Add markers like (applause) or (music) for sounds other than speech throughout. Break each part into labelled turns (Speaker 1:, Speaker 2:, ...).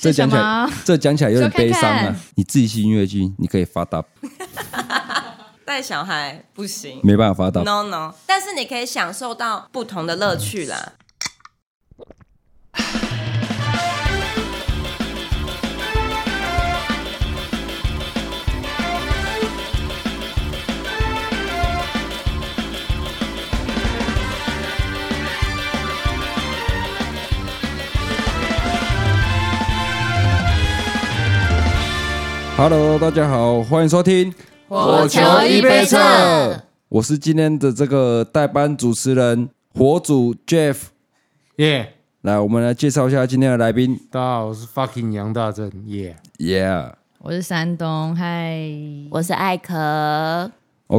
Speaker 1: 这讲起
Speaker 2: 什
Speaker 1: 来
Speaker 2: 么，
Speaker 1: 这讲起来有点
Speaker 2: 说看
Speaker 1: 悲伤
Speaker 2: 看
Speaker 1: 啊。你自己去音乐剧，你可以发达， (laughs)
Speaker 3: 带小孩不行
Speaker 1: 没办法发达。
Speaker 3: ，no no。但是你可以享受到不同的乐趣啦。
Speaker 1: Hello，大家好，欢迎收听《
Speaker 2: 我求一杯测》，
Speaker 1: 我是今天的这个代班主持人火主 Jeff。
Speaker 4: 耶、
Speaker 1: 来，我们来介绍一下今天的来宾
Speaker 4: 大家好，我是 fucking 杨大正，耶、
Speaker 1: ，Yeah。
Speaker 2: 我是山东，嗨，
Speaker 3: 我是艾
Speaker 4: 哦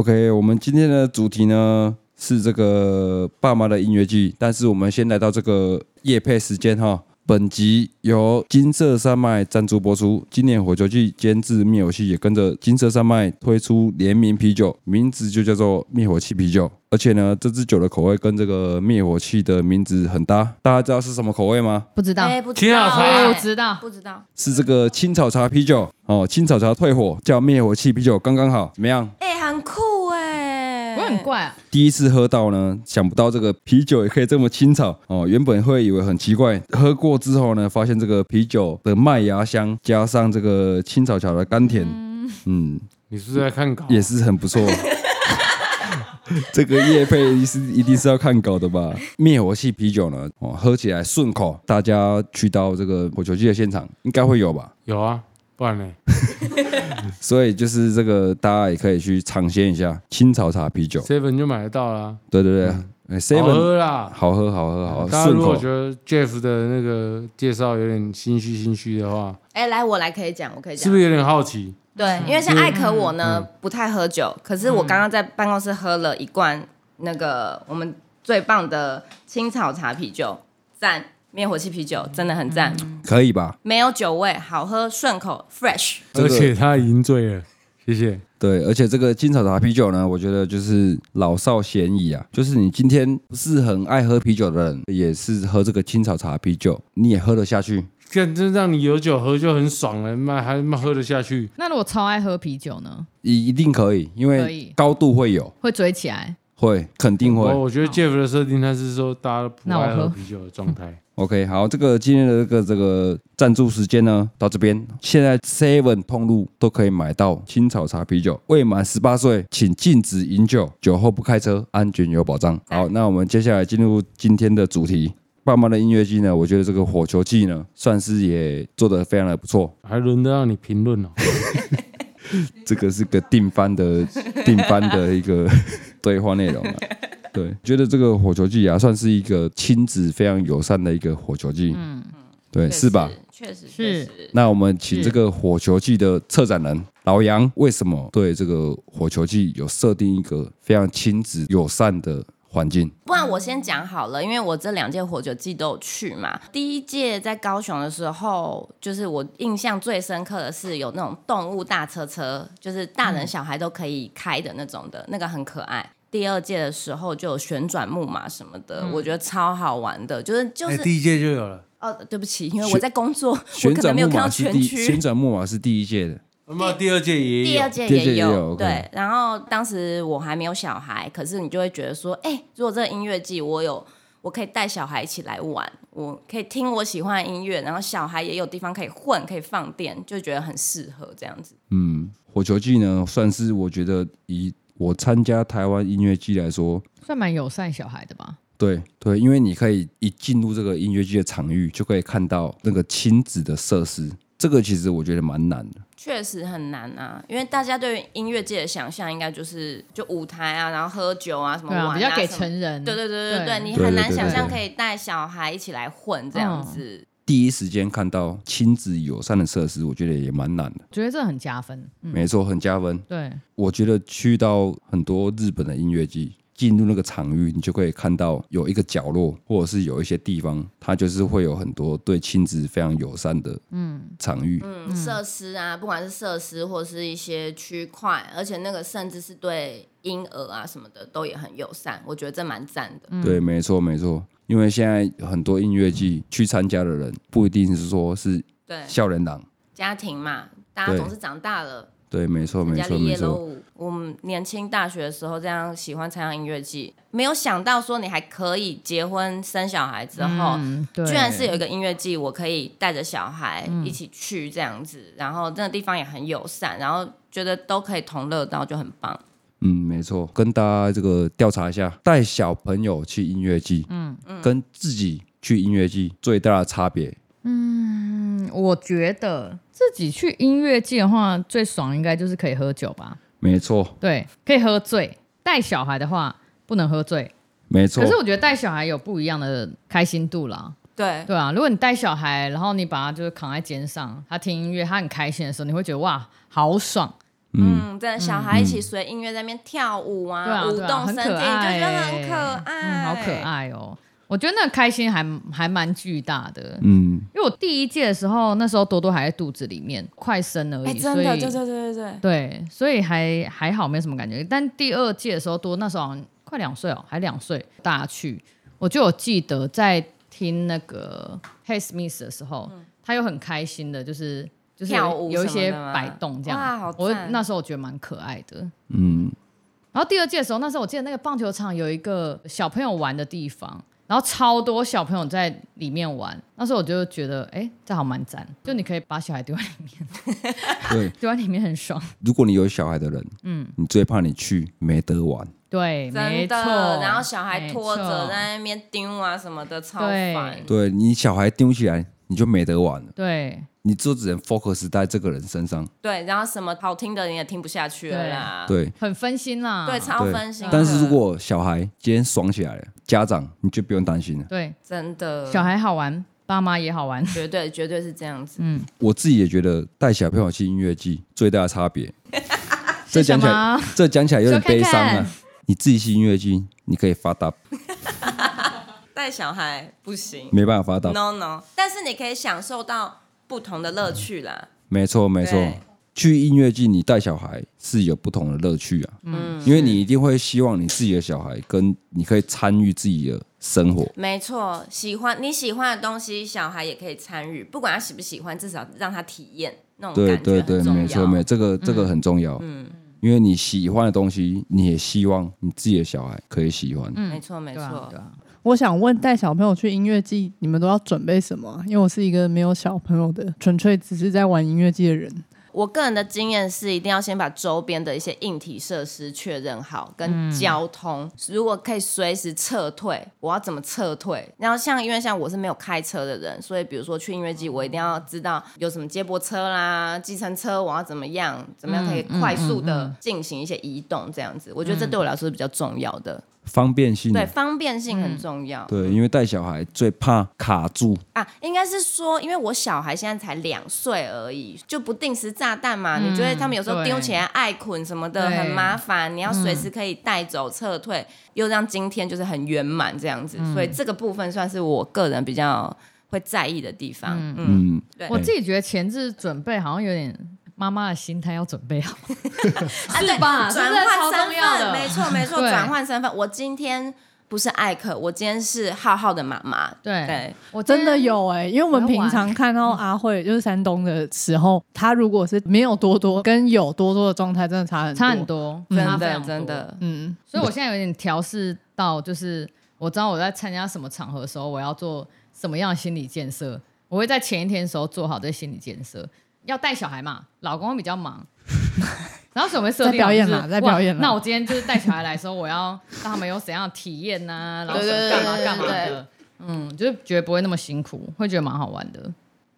Speaker 3: 可，
Speaker 1: OK，我们今天的主题呢是这个爸妈的音乐剧，但是我们先来到这个夜配时间哈。本集由金色山脉赞助播出。今年火球季监制灭火器也跟着金色山脉推出联名啤酒，名字就叫做灭火器啤酒。而且呢，这支酒的口味跟这个灭火器的名字很搭。大家知道是什么口味吗？
Speaker 2: 不知道，
Speaker 3: 哎，不知
Speaker 4: 听
Speaker 3: 道
Speaker 4: 到啊才
Speaker 3: 哎，
Speaker 2: 不知道，
Speaker 3: 不知道。
Speaker 1: 是这个青草茶啤酒哦，青草茶退火叫灭火器啤酒，刚刚好，怎么样？
Speaker 3: 哎，很酷哎，
Speaker 2: 我很怪啊，
Speaker 1: 第一次喝到呢，想不到这个啤酒也可以这么清草哦。原本会以为很奇怪，喝过之后呢，发现这个啤酒的麦芽香加上这个青草桥的甘甜，嗯，
Speaker 4: 你是不是在看稿？
Speaker 1: 也是很
Speaker 4: (laughs)
Speaker 1: 不错。这个叶配是一定是要看稿的吧？灭火器啤酒呢，哦，喝起来顺口。大家去到这个火球季的现场，应该会有吧？
Speaker 4: 有啊，不然呢？
Speaker 1: 所以就是这个，大家也可以去尝鲜一下青草茶啤酒。
Speaker 4: seven 就买得到啦，
Speaker 1: 对对对
Speaker 4: 嗯好
Speaker 1: ，seven
Speaker 4: 喝啦。
Speaker 1: 好喝，好喝，好喝，
Speaker 4: 大家
Speaker 1: 顺
Speaker 4: 如果
Speaker 1: 口
Speaker 4: 觉。得 Jeff 的那个介绍有点心虚心虚的话，
Speaker 3: 哎，来，我来可以讲，我可以
Speaker 4: 是
Speaker 3: 讲
Speaker 4: 不。是有点好奇？
Speaker 3: 对，因为像艾可我呢、
Speaker 4: 嗯
Speaker 3: 不太喝酒，可是我刚刚在办公室喝了一罐那个我们最棒的青草茶啤酒，赞！灭火器啤酒真的很赞，
Speaker 4: 嗯
Speaker 1: 可以吧？
Speaker 3: 没有酒味，好喝顺口，fresh。
Speaker 1: 这个
Speaker 4: 而且他已经醉了，谢谢。
Speaker 1: 对，而且这个金草茶啤酒呢，我觉得就是老少咸宜啊。就是你今天不是很爱喝啤酒的人，也是喝这个青草茶啤酒，你也喝得下去。
Speaker 4: 看，这让你有酒喝就很爽了，妈还妈喝得下去。
Speaker 2: 那如果超爱喝啤酒呢，
Speaker 1: 一一定可以，因
Speaker 2: 可
Speaker 1: 为
Speaker 2: 以
Speaker 1: 高度会有，
Speaker 2: 会追起来，
Speaker 1: 会肯定
Speaker 4: 我
Speaker 1: 会。
Speaker 4: 我觉得 Jeff 的设定他是说大家都不
Speaker 2: 那我
Speaker 4: 爱
Speaker 2: 喝
Speaker 4: 喝啤酒的状态，
Speaker 1: OK，好，这个今天的这个这个赞助时间呢，到这边。现在 Seven 通路都可以买到青草茶啤酒，未满十八岁请禁止饮酒，酒后不开车，安全有保障。好，那我们接下来进入今天的主题。爸妈的音乐季呢，我觉得这个火球季呢，算是也做得非常的不错。
Speaker 4: 还轮得到你评论哦？
Speaker 1: 这个是个定番的 (laughs) 定番的一个对话内容、啊。对，觉得这个火球季啊，算是一个亲子非常友善的一个火球季。嗯，对，是吧？？
Speaker 3: 确
Speaker 2: 是
Speaker 3: 实确实
Speaker 1: 那我们请这个火球季的策展人老杨，为什么对这个火球季有设定一个非常亲子友善的环境？
Speaker 3: 不然我先讲好了，因为我这两届火酒季都有去嘛。第一届在高雄的时候，就是我印象最深刻的是有那种动物大车车，就是大人小孩都可以开的那种的，那个很可爱。第二届的时候就有旋转木马什么
Speaker 1: 嗯
Speaker 3: 的，我觉得超好玩的，就是就
Speaker 4: 哎
Speaker 3: 是、
Speaker 4: 第一届就有了，
Speaker 3: 哦，对不起，因为我
Speaker 1: 旋
Speaker 3: 在工作，我
Speaker 1: 旋
Speaker 3: 可能
Speaker 1: 转
Speaker 3: 没
Speaker 1: 木
Speaker 3: 有看
Speaker 1: 马
Speaker 3: 到
Speaker 1: 是
Speaker 3: 全
Speaker 1: 第
Speaker 3: 区。
Speaker 1: 旋转木马是第一届的，
Speaker 4: 那第二届也有。
Speaker 3: 第二届
Speaker 1: 第二届也
Speaker 3: 也有，
Speaker 1: 有，OK
Speaker 3: 对。然后当时我还没有小孩，可是你就会觉得说，哎、如果这个音乐季我有，我可以带小孩一起来玩，我可以听我喜欢的音乐，然后小孩也有地方可以混，可以放电，就觉得很适合这样子。
Speaker 1: 嗯，火球季呢，算是我觉得以我参加台湾音乐季来说，
Speaker 2: 算蛮友善小孩的吧？
Speaker 1: 对对，因为你可以一进入这个音乐季的场域，就可以看到那个亲子的设施，这个其实我觉得蛮难的。
Speaker 3: 确实很难啊，因为大家对于音乐界的想象应该就是就舞台啊，然后喝酒啊，什么
Speaker 2: 对
Speaker 3: 玩
Speaker 2: 啊，
Speaker 3: 啊，
Speaker 2: 比较给
Speaker 3: 什么
Speaker 2: 成人，
Speaker 3: 对对对对对，
Speaker 2: 对
Speaker 3: 你
Speaker 1: 对
Speaker 3: 很
Speaker 1: 对
Speaker 3: 难
Speaker 1: 对
Speaker 3: 想
Speaker 1: 对
Speaker 3: 象
Speaker 1: 对
Speaker 3: 可以带小孩一起来混这样子。
Speaker 1: 第一时间看到亲子友善的设施，我觉得也蛮难的。
Speaker 2: 觉得这很加分，嗯，
Speaker 1: 没错，很加分。
Speaker 2: 对，
Speaker 1: 我觉得去到很多日本的音乐季，进入那个场域，你就可以看到有一个角落，或者是有一些地方，它就是会有很多对亲子非常友善的场域。
Speaker 3: 嗯设施啊，不管是设施或是一些区块，而且那个甚至是对婴儿啊什么的都也很友善，我觉得这蛮赞的。
Speaker 1: 对，没错没错，因为现在很多音乐季去参加的人，不一定是说是
Speaker 3: 对，
Speaker 1: 笑脸党。
Speaker 3: 家庭嘛，大家
Speaker 1: 对
Speaker 3: 总是长大了，
Speaker 1: 对，没错，
Speaker 3: 参
Speaker 1: 没
Speaker 3: 加
Speaker 1: 错，
Speaker 3: 毕
Speaker 1: 没
Speaker 3: 业喽
Speaker 1: 错，
Speaker 3: 舞。我们年轻大学的时候这样喜欢参加音乐季，没有想到说你还可以结婚生小孩之后，
Speaker 2: 嗯对
Speaker 3: 居然是有一个音乐季，我可以带着小孩一起去这样子，然后那地方也很友善，然后觉得都可以同乐到，就很棒。
Speaker 1: 嗯，没错。跟大家这个调查一下，带小朋友去音乐季，嗯嗯，跟自己去音乐季最大的差别，
Speaker 2: 嗯我觉得自己去音乐季的话，最爽应该就是可以喝酒吧？
Speaker 1: 没错，
Speaker 2: 对，可以喝醉。带小孩的话不能喝醉，
Speaker 1: 没错
Speaker 2: 可，是我觉得带小孩有不一样的开心度啦。
Speaker 3: 对，
Speaker 2: 对啊，如果你带小孩，然后你把他就是扛在肩上，他听音乐，他很开心的时候，你会觉得哇，好爽。
Speaker 3: 嗯，真的，小孩一起随音乐在那边跳舞
Speaker 2: 对啊，
Speaker 3: 啊，舞
Speaker 2: 对啊
Speaker 3: 动
Speaker 2: 很
Speaker 3: 身体，
Speaker 2: 可
Speaker 3: 就觉得
Speaker 2: 爱，
Speaker 3: 很可爱，
Speaker 2: 嗯，好可。爱哦。我觉得那个开心还还蛮巨大的，
Speaker 1: 嗯，
Speaker 2: 因为我第一届的时候，那时候多多还在肚子里面，快生而
Speaker 3: 哎，
Speaker 2: 已，
Speaker 3: 真
Speaker 2: 所以
Speaker 3: 的，对对对对对，
Speaker 2: 对，所以还还好，没什么感觉。但第二届的时候多，那时候好像快两岁哦，还两岁，大家去，我就有记得在听那个 Hey Smith 的时候，他又很开心的，就是就是有
Speaker 3: 嗯跳舞
Speaker 2: 有一
Speaker 3: 什么
Speaker 2: 些
Speaker 3: 的吗
Speaker 2: 摆动这样。
Speaker 3: 哇好
Speaker 2: 我
Speaker 3: 赞
Speaker 2: 那时候我觉得蛮可爱的。
Speaker 1: 嗯，
Speaker 2: 然后第二届的时候，那时候我记得那个棒球场有一个小朋友玩的地方，然后超多小朋友在里面玩。那时候我就觉得，哎，这好像蛮赞，就你可以把小孩丢在里面，
Speaker 1: 对。
Speaker 2: (laughs) 丢在里面很爽。
Speaker 1: 如果你有小孩的人，嗯，你最怕你去没得玩，
Speaker 2: 对，没
Speaker 3: 真
Speaker 2: 错。
Speaker 3: 的。然后小孩
Speaker 2: 没
Speaker 3: 拖着
Speaker 2: 错
Speaker 3: 在那边丢啊什么的，超
Speaker 2: 对
Speaker 3: 烦。
Speaker 1: 对你小孩丢起来你就没得玩了，
Speaker 2: 对
Speaker 1: 你就只能 focus 在这个人身上，
Speaker 3: 对，然后什么好听的你也听不下去了啦。
Speaker 1: 对。
Speaker 2: 很分心啦。
Speaker 3: 对，超
Speaker 1: 对
Speaker 3: 分心的。
Speaker 1: 但是如果小孩今天爽起来了，家长你就不用担心了。
Speaker 2: 对
Speaker 3: 真的
Speaker 2: 小孩好玩，爸妈也好玩。
Speaker 3: 绝对绝对是这样
Speaker 2: 嗯
Speaker 3: 子，
Speaker 1: 我自己也觉得带小朋友去音乐季最大的差
Speaker 2: (laughs)
Speaker 1: 别，这
Speaker 2: 是什
Speaker 1: 讲起来
Speaker 2: 么？
Speaker 1: 这讲起来有点
Speaker 2: 说看
Speaker 1: 悲伤
Speaker 2: 看
Speaker 1: 啊。你自己去音乐季，你可以发达，
Speaker 3: 带小孩不行
Speaker 1: 没办法发达。
Speaker 3: ，no no。但是你可以享受到不同的乐趣啦。
Speaker 1: 没错，没错
Speaker 3: 对。
Speaker 1: 去音乐季，你带小孩是有不同的乐趣啊，嗯，因为你一定会希望你自己的小孩跟你可以参与自己的生活，
Speaker 3: 没错，喜欢你喜欢的东西，小孩也可以参与，不管他喜不喜欢，至少让他体验那种
Speaker 1: 对
Speaker 3: 感觉
Speaker 1: 对对
Speaker 3: 很，重
Speaker 1: 没错，
Speaker 3: 要。
Speaker 1: 没错，这个这个很重要，嗯，因为你喜欢的东西，你也希望你自己的小孩可以喜欢，
Speaker 3: 没错没
Speaker 2: 对啊，
Speaker 3: 错
Speaker 2: 对，啊。
Speaker 5: 我想问，带小朋友去音乐季，你们都要准备什么啊？因为我是一个没有小朋友的，纯粹只是在玩音乐季的人。
Speaker 3: 我个人的经验是，一定要先把周边的一些硬体设施确认好，
Speaker 2: 嗯
Speaker 3: 跟交通，如果可以随时撤退，我要怎么撤退？然后像因为像我是没有开车的人，所以比如说去音乐
Speaker 2: 嗯
Speaker 3: 季，我一定要知道有什么接驳车啦、计程车，我要怎么样，怎么样
Speaker 2: 嗯
Speaker 3: 可以快速的进行一些移动，这样子，我觉得这对我来说是比较重要的，
Speaker 1: 方便性啊，
Speaker 3: 对方便性很重要。
Speaker 1: 对，因为带小孩最怕卡住，
Speaker 3: 啊，应该是说，因为我小孩现在才两岁而已，就不定时炸弹嘛。
Speaker 1: 嗯
Speaker 3: 你觉得他们有时候丢起来爱捆什么的
Speaker 2: 对
Speaker 3: 很麻烦，你要随时可以带走、撤退，又让今天就是很圆满这样子。
Speaker 1: 嗯
Speaker 3: 所以这个部分算是我个人比较会在意的地方。嗯，
Speaker 1: 嗯，
Speaker 3: 对
Speaker 2: 我自己觉得前置准备好像有点妈妈的心态要准备好，
Speaker 3: (laughs) 啊
Speaker 2: 是
Speaker 3: 对
Speaker 2: 吧？
Speaker 3: 转
Speaker 2: 是不是超
Speaker 3: 换身
Speaker 2: 重要
Speaker 3: 份，
Speaker 2: 的，
Speaker 3: 没错没错，
Speaker 2: 对
Speaker 3: 转换身份。我今天不是艾克，我今天是浩浩的妈妈。
Speaker 2: 对
Speaker 3: 对，
Speaker 2: 我今
Speaker 5: 真
Speaker 2: 天
Speaker 5: 的。有哎、因为我们
Speaker 2: 我要
Speaker 5: 平
Speaker 2: 玩嗯
Speaker 5: 常看到阿慧就是山东的时候，她如果是没有多多跟有多多的状态，真的差很多
Speaker 2: 差很。多，
Speaker 1: 嗯
Speaker 2: 差
Speaker 3: 真
Speaker 2: 非常
Speaker 3: 的
Speaker 2: 多
Speaker 3: 真，的，
Speaker 5: 嗯，
Speaker 2: 所以我现在有点调试到，就是我知道我在参加什么场合的时候，我要做什么样的心理建设，我会在前一天的时候做好这心理建设。要带小孩嘛，老公会比较忙， (laughs) 然后所以我们设定
Speaker 5: 在表演啦
Speaker 2: 嘛，
Speaker 5: 在表演啦
Speaker 2: 哇那我今天就是带小孩来的时候，我要让他们有怎样的体验呐、然后
Speaker 3: 对对对
Speaker 2: 干嘛
Speaker 3: 对对
Speaker 2: 干嘛
Speaker 3: 对
Speaker 2: 的，嗯，就是觉得不会那么辛苦，会觉得蛮好玩的。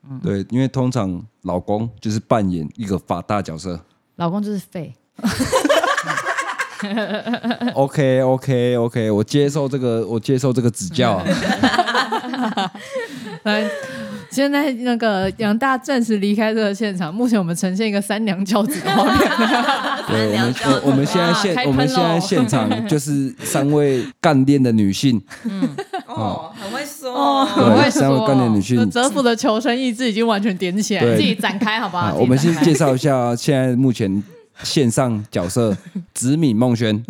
Speaker 3: 嗯
Speaker 1: 对，因为通常老公就是扮演一个法大角
Speaker 3: (laughs)
Speaker 1: 色。
Speaker 2: 老公就是废，
Speaker 1: OK OK OK，我接受这个，我接受这个指教、啊。
Speaker 5: 来，现在那个杨大暂时离开这个现场，目前我们呈现一个三娘教子的画面。
Speaker 1: 对，我们
Speaker 3: 三两
Speaker 1: 我我们
Speaker 5: 啊
Speaker 1: 现在现
Speaker 2: 哇开喷
Speaker 1: 我们现在
Speaker 2: 喽
Speaker 1: 现场
Speaker 5: (laughs)
Speaker 1: 就是三位干练的女性，嗯
Speaker 3: 哦，很会说
Speaker 5: 哦
Speaker 3: 哦。
Speaker 2: 我
Speaker 1: 对，
Speaker 2: 也是
Speaker 1: 三位干练女
Speaker 5: 那
Speaker 1: 性。
Speaker 5: 哲甫的求生意志已经完全点起来了
Speaker 1: 对
Speaker 2: 自己展开好不好？
Speaker 1: 啊，
Speaker 2: 自己
Speaker 1: 我们先
Speaker 2: 展开
Speaker 1: 介绍一下啊现在目前线上角色：紫敏、孟轩、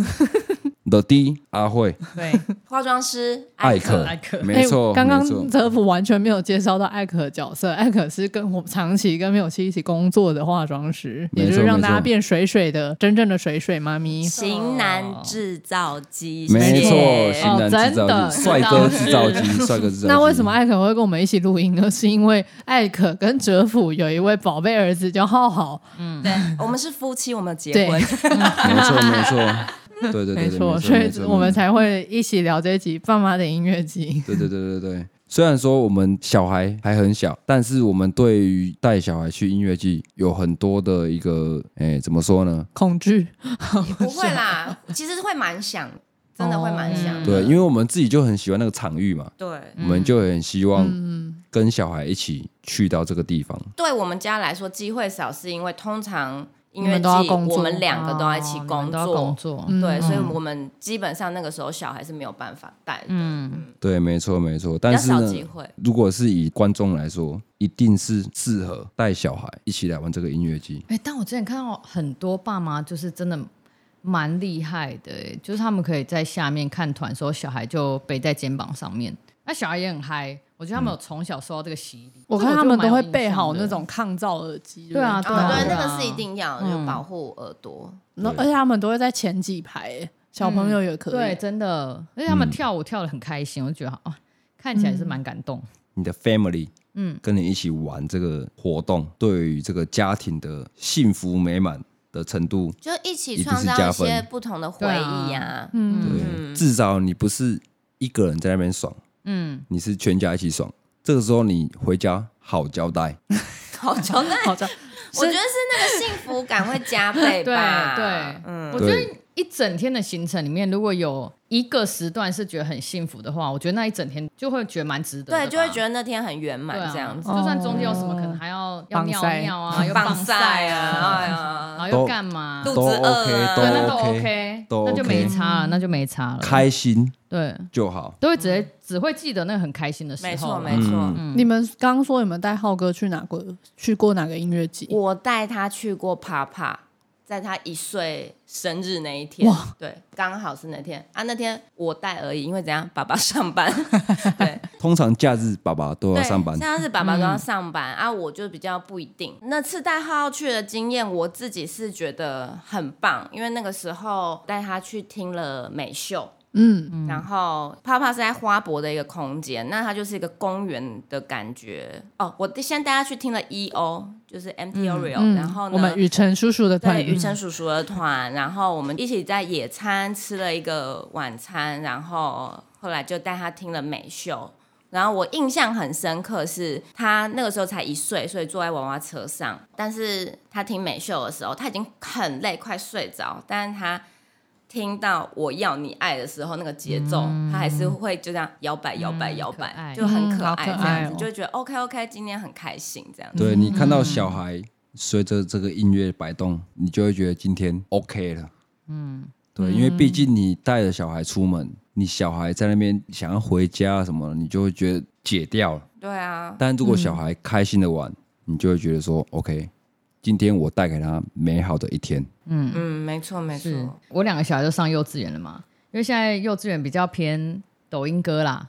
Speaker 1: The
Speaker 5: (laughs)
Speaker 1: D、阿慧、
Speaker 2: 对
Speaker 3: 化妆师
Speaker 1: 艾
Speaker 3: 可
Speaker 1: 可
Speaker 2: 艾可，
Speaker 1: 没错，
Speaker 5: 哎刚
Speaker 1: 没错
Speaker 5: 刚泽普完全没有介绍到艾可的角色，艾可是跟我长期跟缪有一起工作的化妆师，
Speaker 1: 没错
Speaker 5: 也就是让大
Speaker 1: 没
Speaker 5: 家
Speaker 1: 错
Speaker 5: 变水水的真正的水水妈咪。
Speaker 3: 型男制造机，
Speaker 1: 没错，
Speaker 3: 谢谢
Speaker 1: 型男制造机，
Speaker 5: 哦真的
Speaker 1: 帅哥制造机，帅哥制造机。
Speaker 5: 那为什么艾可会跟我们一起录音呢？是因为艾可跟哲甫有一位宝贝儿子叫浩浩，
Speaker 3: 嗯对， (laughs) 我们是夫妻，我们有结
Speaker 5: 对
Speaker 3: 婚，
Speaker 1: 没错，没错，对对对对，(laughs) 没
Speaker 5: 没错，所以
Speaker 1: 没错
Speaker 5: 我们
Speaker 1: 没错
Speaker 5: 才会一起聊这一集《爸妈的音乐季
Speaker 1: 对对对对对。虽然说我们小孩还很小，但是我们对于带小孩去音乐季有很多的一个，哎，怎么说呢？》
Speaker 5: 恐惧。
Speaker 3: 不会啦， (laughs) 其实会蛮想，真的会蛮想的，
Speaker 1: 哦对，因为我们自己就很喜欢那个场域嘛，
Speaker 3: 对。
Speaker 1: 我们就很希望
Speaker 5: 嗯，
Speaker 1: 跟小孩一起去到这个地方。
Speaker 3: 对我们家来说机会少，是因为通常音
Speaker 5: 你
Speaker 3: 乐
Speaker 5: 们
Speaker 3: 季
Speaker 5: 都要工作
Speaker 3: 我们两个都要一起
Speaker 2: 哦你
Speaker 3: 工
Speaker 2: 们都要
Speaker 3: 作，
Speaker 2: 工作，
Speaker 5: 嗯
Speaker 3: 对，所以我们基本上那个时候小孩是没有办法带的，
Speaker 2: 嗯
Speaker 1: 对，没错没错。
Speaker 3: 比
Speaker 1: 但
Speaker 3: 较
Speaker 1: 是
Speaker 3: 少
Speaker 1: 呢
Speaker 3: 机，会。
Speaker 1: 如果是以观众来说，一定是适合带小孩一起来玩这个音乐季。
Speaker 2: 哎、但我之前看到很多爸妈就是真的蛮厉害的、哎，就是他们可以在下面看团的时候，小孩就背在肩膀上面，那小孩也很嗨。我觉得他们有从小受到这个洗礼，
Speaker 5: 我
Speaker 2: 这个
Speaker 5: 看他
Speaker 2: 就
Speaker 5: 们
Speaker 2: 蛮
Speaker 5: 都
Speaker 2: 有
Speaker 5: 会
Speaker 2: 印
Speaker 5: 备
Speaker 2: 象
Speaker 5: 好
Speaker 2: 的
Speaker 5: 那种抗噪耳机，
Speaker 2: 对啊
Speaker 5: 不
Speaker 3: 哦，
Speaker 2: 啊
Speaker 3: 对，
Speaker 2: 对
Speaker 3: 那
Speaker 2: 啊
Speaker 3: 个是一定要的，
Speaker 2: 嗯
Speaker 3: 就保护耳朵。
Speaker 5: 然后而且他们都会在前几排，欸小朋友也可以。
Speaker 2: 对，真的，而且他们
Speaker 1: 嗯
Speaker 2: 跳舞跳的很开心，我就觉得哦，看起来是蛮感动。
Speaker 1: 你的 family，嗯
Speaker 2: 嗯，
Speaker 1: 跟你一起玩这个活动，对于这个家庭的幸福美满的程度，
Speaker 3: 就一起创造一些不同的回忆啊，
Speaker 5: 嗯，
Speaker 1: 对，至少你不是一个人在那边爽，
Speaker 2: 嗯，
Speaker 1: 你是全家一起爽。这个时候你回家好交代，
Speaker 3: 好交代。
Speaker 5: 好像
Speaker 3: 我觉得是那个幸福感会加
Speaker 2: (laughs)
Speaker 3: 倍
Speaker 2: 对
Speaker 3: 吧。
Speaker 2: 对，
Speaker 3: 嗯，
Speaker 2: 我觉得一整天的行程里面，如果有一个时段是觉得很幸福的话，我觉得那一整天就会觉得蛮值得的吧。
Speaker 3: 对，就会觉
Speaker 2: 得
Speaker 3: 得那天很圆
Speaker 2: 啊
Speaker 3: 满这样子。
Speaker 5: 哦
Speaker 2: 就算中间有什么，可能还要要
Speaker 5: 棒
Speaker 2: 尿
Speaker 5: 晒
Speaker 2: 尿
Speaker 3: (laughs)
Speaker 2: 啊，又
Speaker 3: 棒
Speaker 2: 晒
Speaker 3: 晒啊，
Speaker 2: (laughs)
Speaker 3: 哎
Speaker 2: 然后
Speaker 3: 呀，
Speaker 2: 又干嘛？
Speaker 3: 肚
Speaker 1: 都
Speaker 3: 子饿
Speaker 1: OK，
Speaker 3: 啊
Speaker 1: 都
Speaker 2: 对，那都
Speaker 1: OK，
Speaker 2: OK，
Speaker 1: 都
Speaker 2: 那就
Speaker 1: OK
Speaker 2: 没差了，那就没差了。
Speaker 1: 开心
Speaker 2: 对，
Speaker 1: 就好。
Speaker 2: 都会直接只会记得那个很开心的时候。
Speaker 3: 嗯没错没错。
Speaker 1: 嗯，
Speaker 5: 你们刚刚说你们带浩哥去哪过去过哪个音乐节？
Speaker 3: 我带他去过啪啪，在他一岁生日那一天，对，刚好是那天啊，那天我带而已，因为怎样，爸爸上班，对，
Speaker 1: 通常假日爸爸都要
Speaker 3: 对，
Speaker 1: 上班，
Speaker 3: 像是爸爸都要
Speaker 5: 嗯
Speaker 3: 上班、啊，我就比较不一定。那次带浩浩去的经验，我自己是觉得很棒，因为那个时候带他去听了美秀。
Speaker 5: 嗯，
Speaker 3: 然后啪啪是在花博的一个空间，那它就是一个公园的感觉哦。我先带他去听了 E.O，就是 MTO Real，、
Speaker 5: 嗯
Speaker 3: 然后呢，
Speaker 5: 我们雨辰叔叔的团嗯
Speaker 3: 对，雨辰叔叔的团，然后我们一起在野餐吃了一个晚餐，然后后来就带他听了美秀。然后我印象很深刻是，他那个时候才一岁，所以坐在娃娃车上。但是他听美秀的时候，他已经很累，快睡着。但是他听到“我要你爱”的时候，那个节奏，
Speaker 5: 嗯
Speaker 3: 他还是会就这样摇摆、摇摆、
Speaker 2: 嗯
Speaker 3: 摇
Speaker 2: 可爱
Speaker 3: 摆，就很可
Speaker 5: 嗯好
Speaker 3: 爱
Speaker 5: 可
Speaker 3: 这样
Speaker 5: 爱
Speaker 3: 子，
Speaker 5: 哦嗯
Speaker 3: 就觉得 OK OK，今天很开心这样子。
Speaker 1: 对你看到小孩随着这个音乐摆动，你就会觉得今天 OK 了。嗯，对，因为毕竟你带着小孩出门，你小孩在那边想要回家什么的，你就会觉得解掉了。
Speaker 3: 对啊，
Speaker 1: 但如果小孩开心的玩，你就会觉得说 OK，今天我带给他美好的一天。
Speaker 3: 嗯，没错没错。
Speaker 2: 是我两个小孩都上幼稚园了嘛，因为现在幼稚园比较偏抖音歌啦。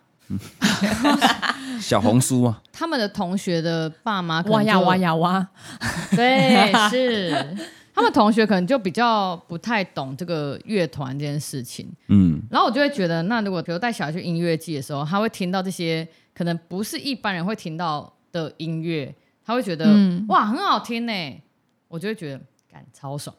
Speaker 1: 小红书啊嘛，
Speaker 2: 他们的同学的爸妈可能
Speaker 5: 哇呀
Speaker 2: 就
Speaker 5: 嗯哇，呀哇，
Speaker 2: (laughs) 对，是他们同学可能就比较不太懂这个乐团这件事情。
Speaker 1: 嗯，
Speaker 2: 然后我就会觉得，那如果比如带小孩去音乐季的时候，他会听到这些可能不是一般人会听到的音乐，他会觉得、
Speaker 5: 嗯
Speaker 2: 哇很好听呢，我就会觉得感超爽。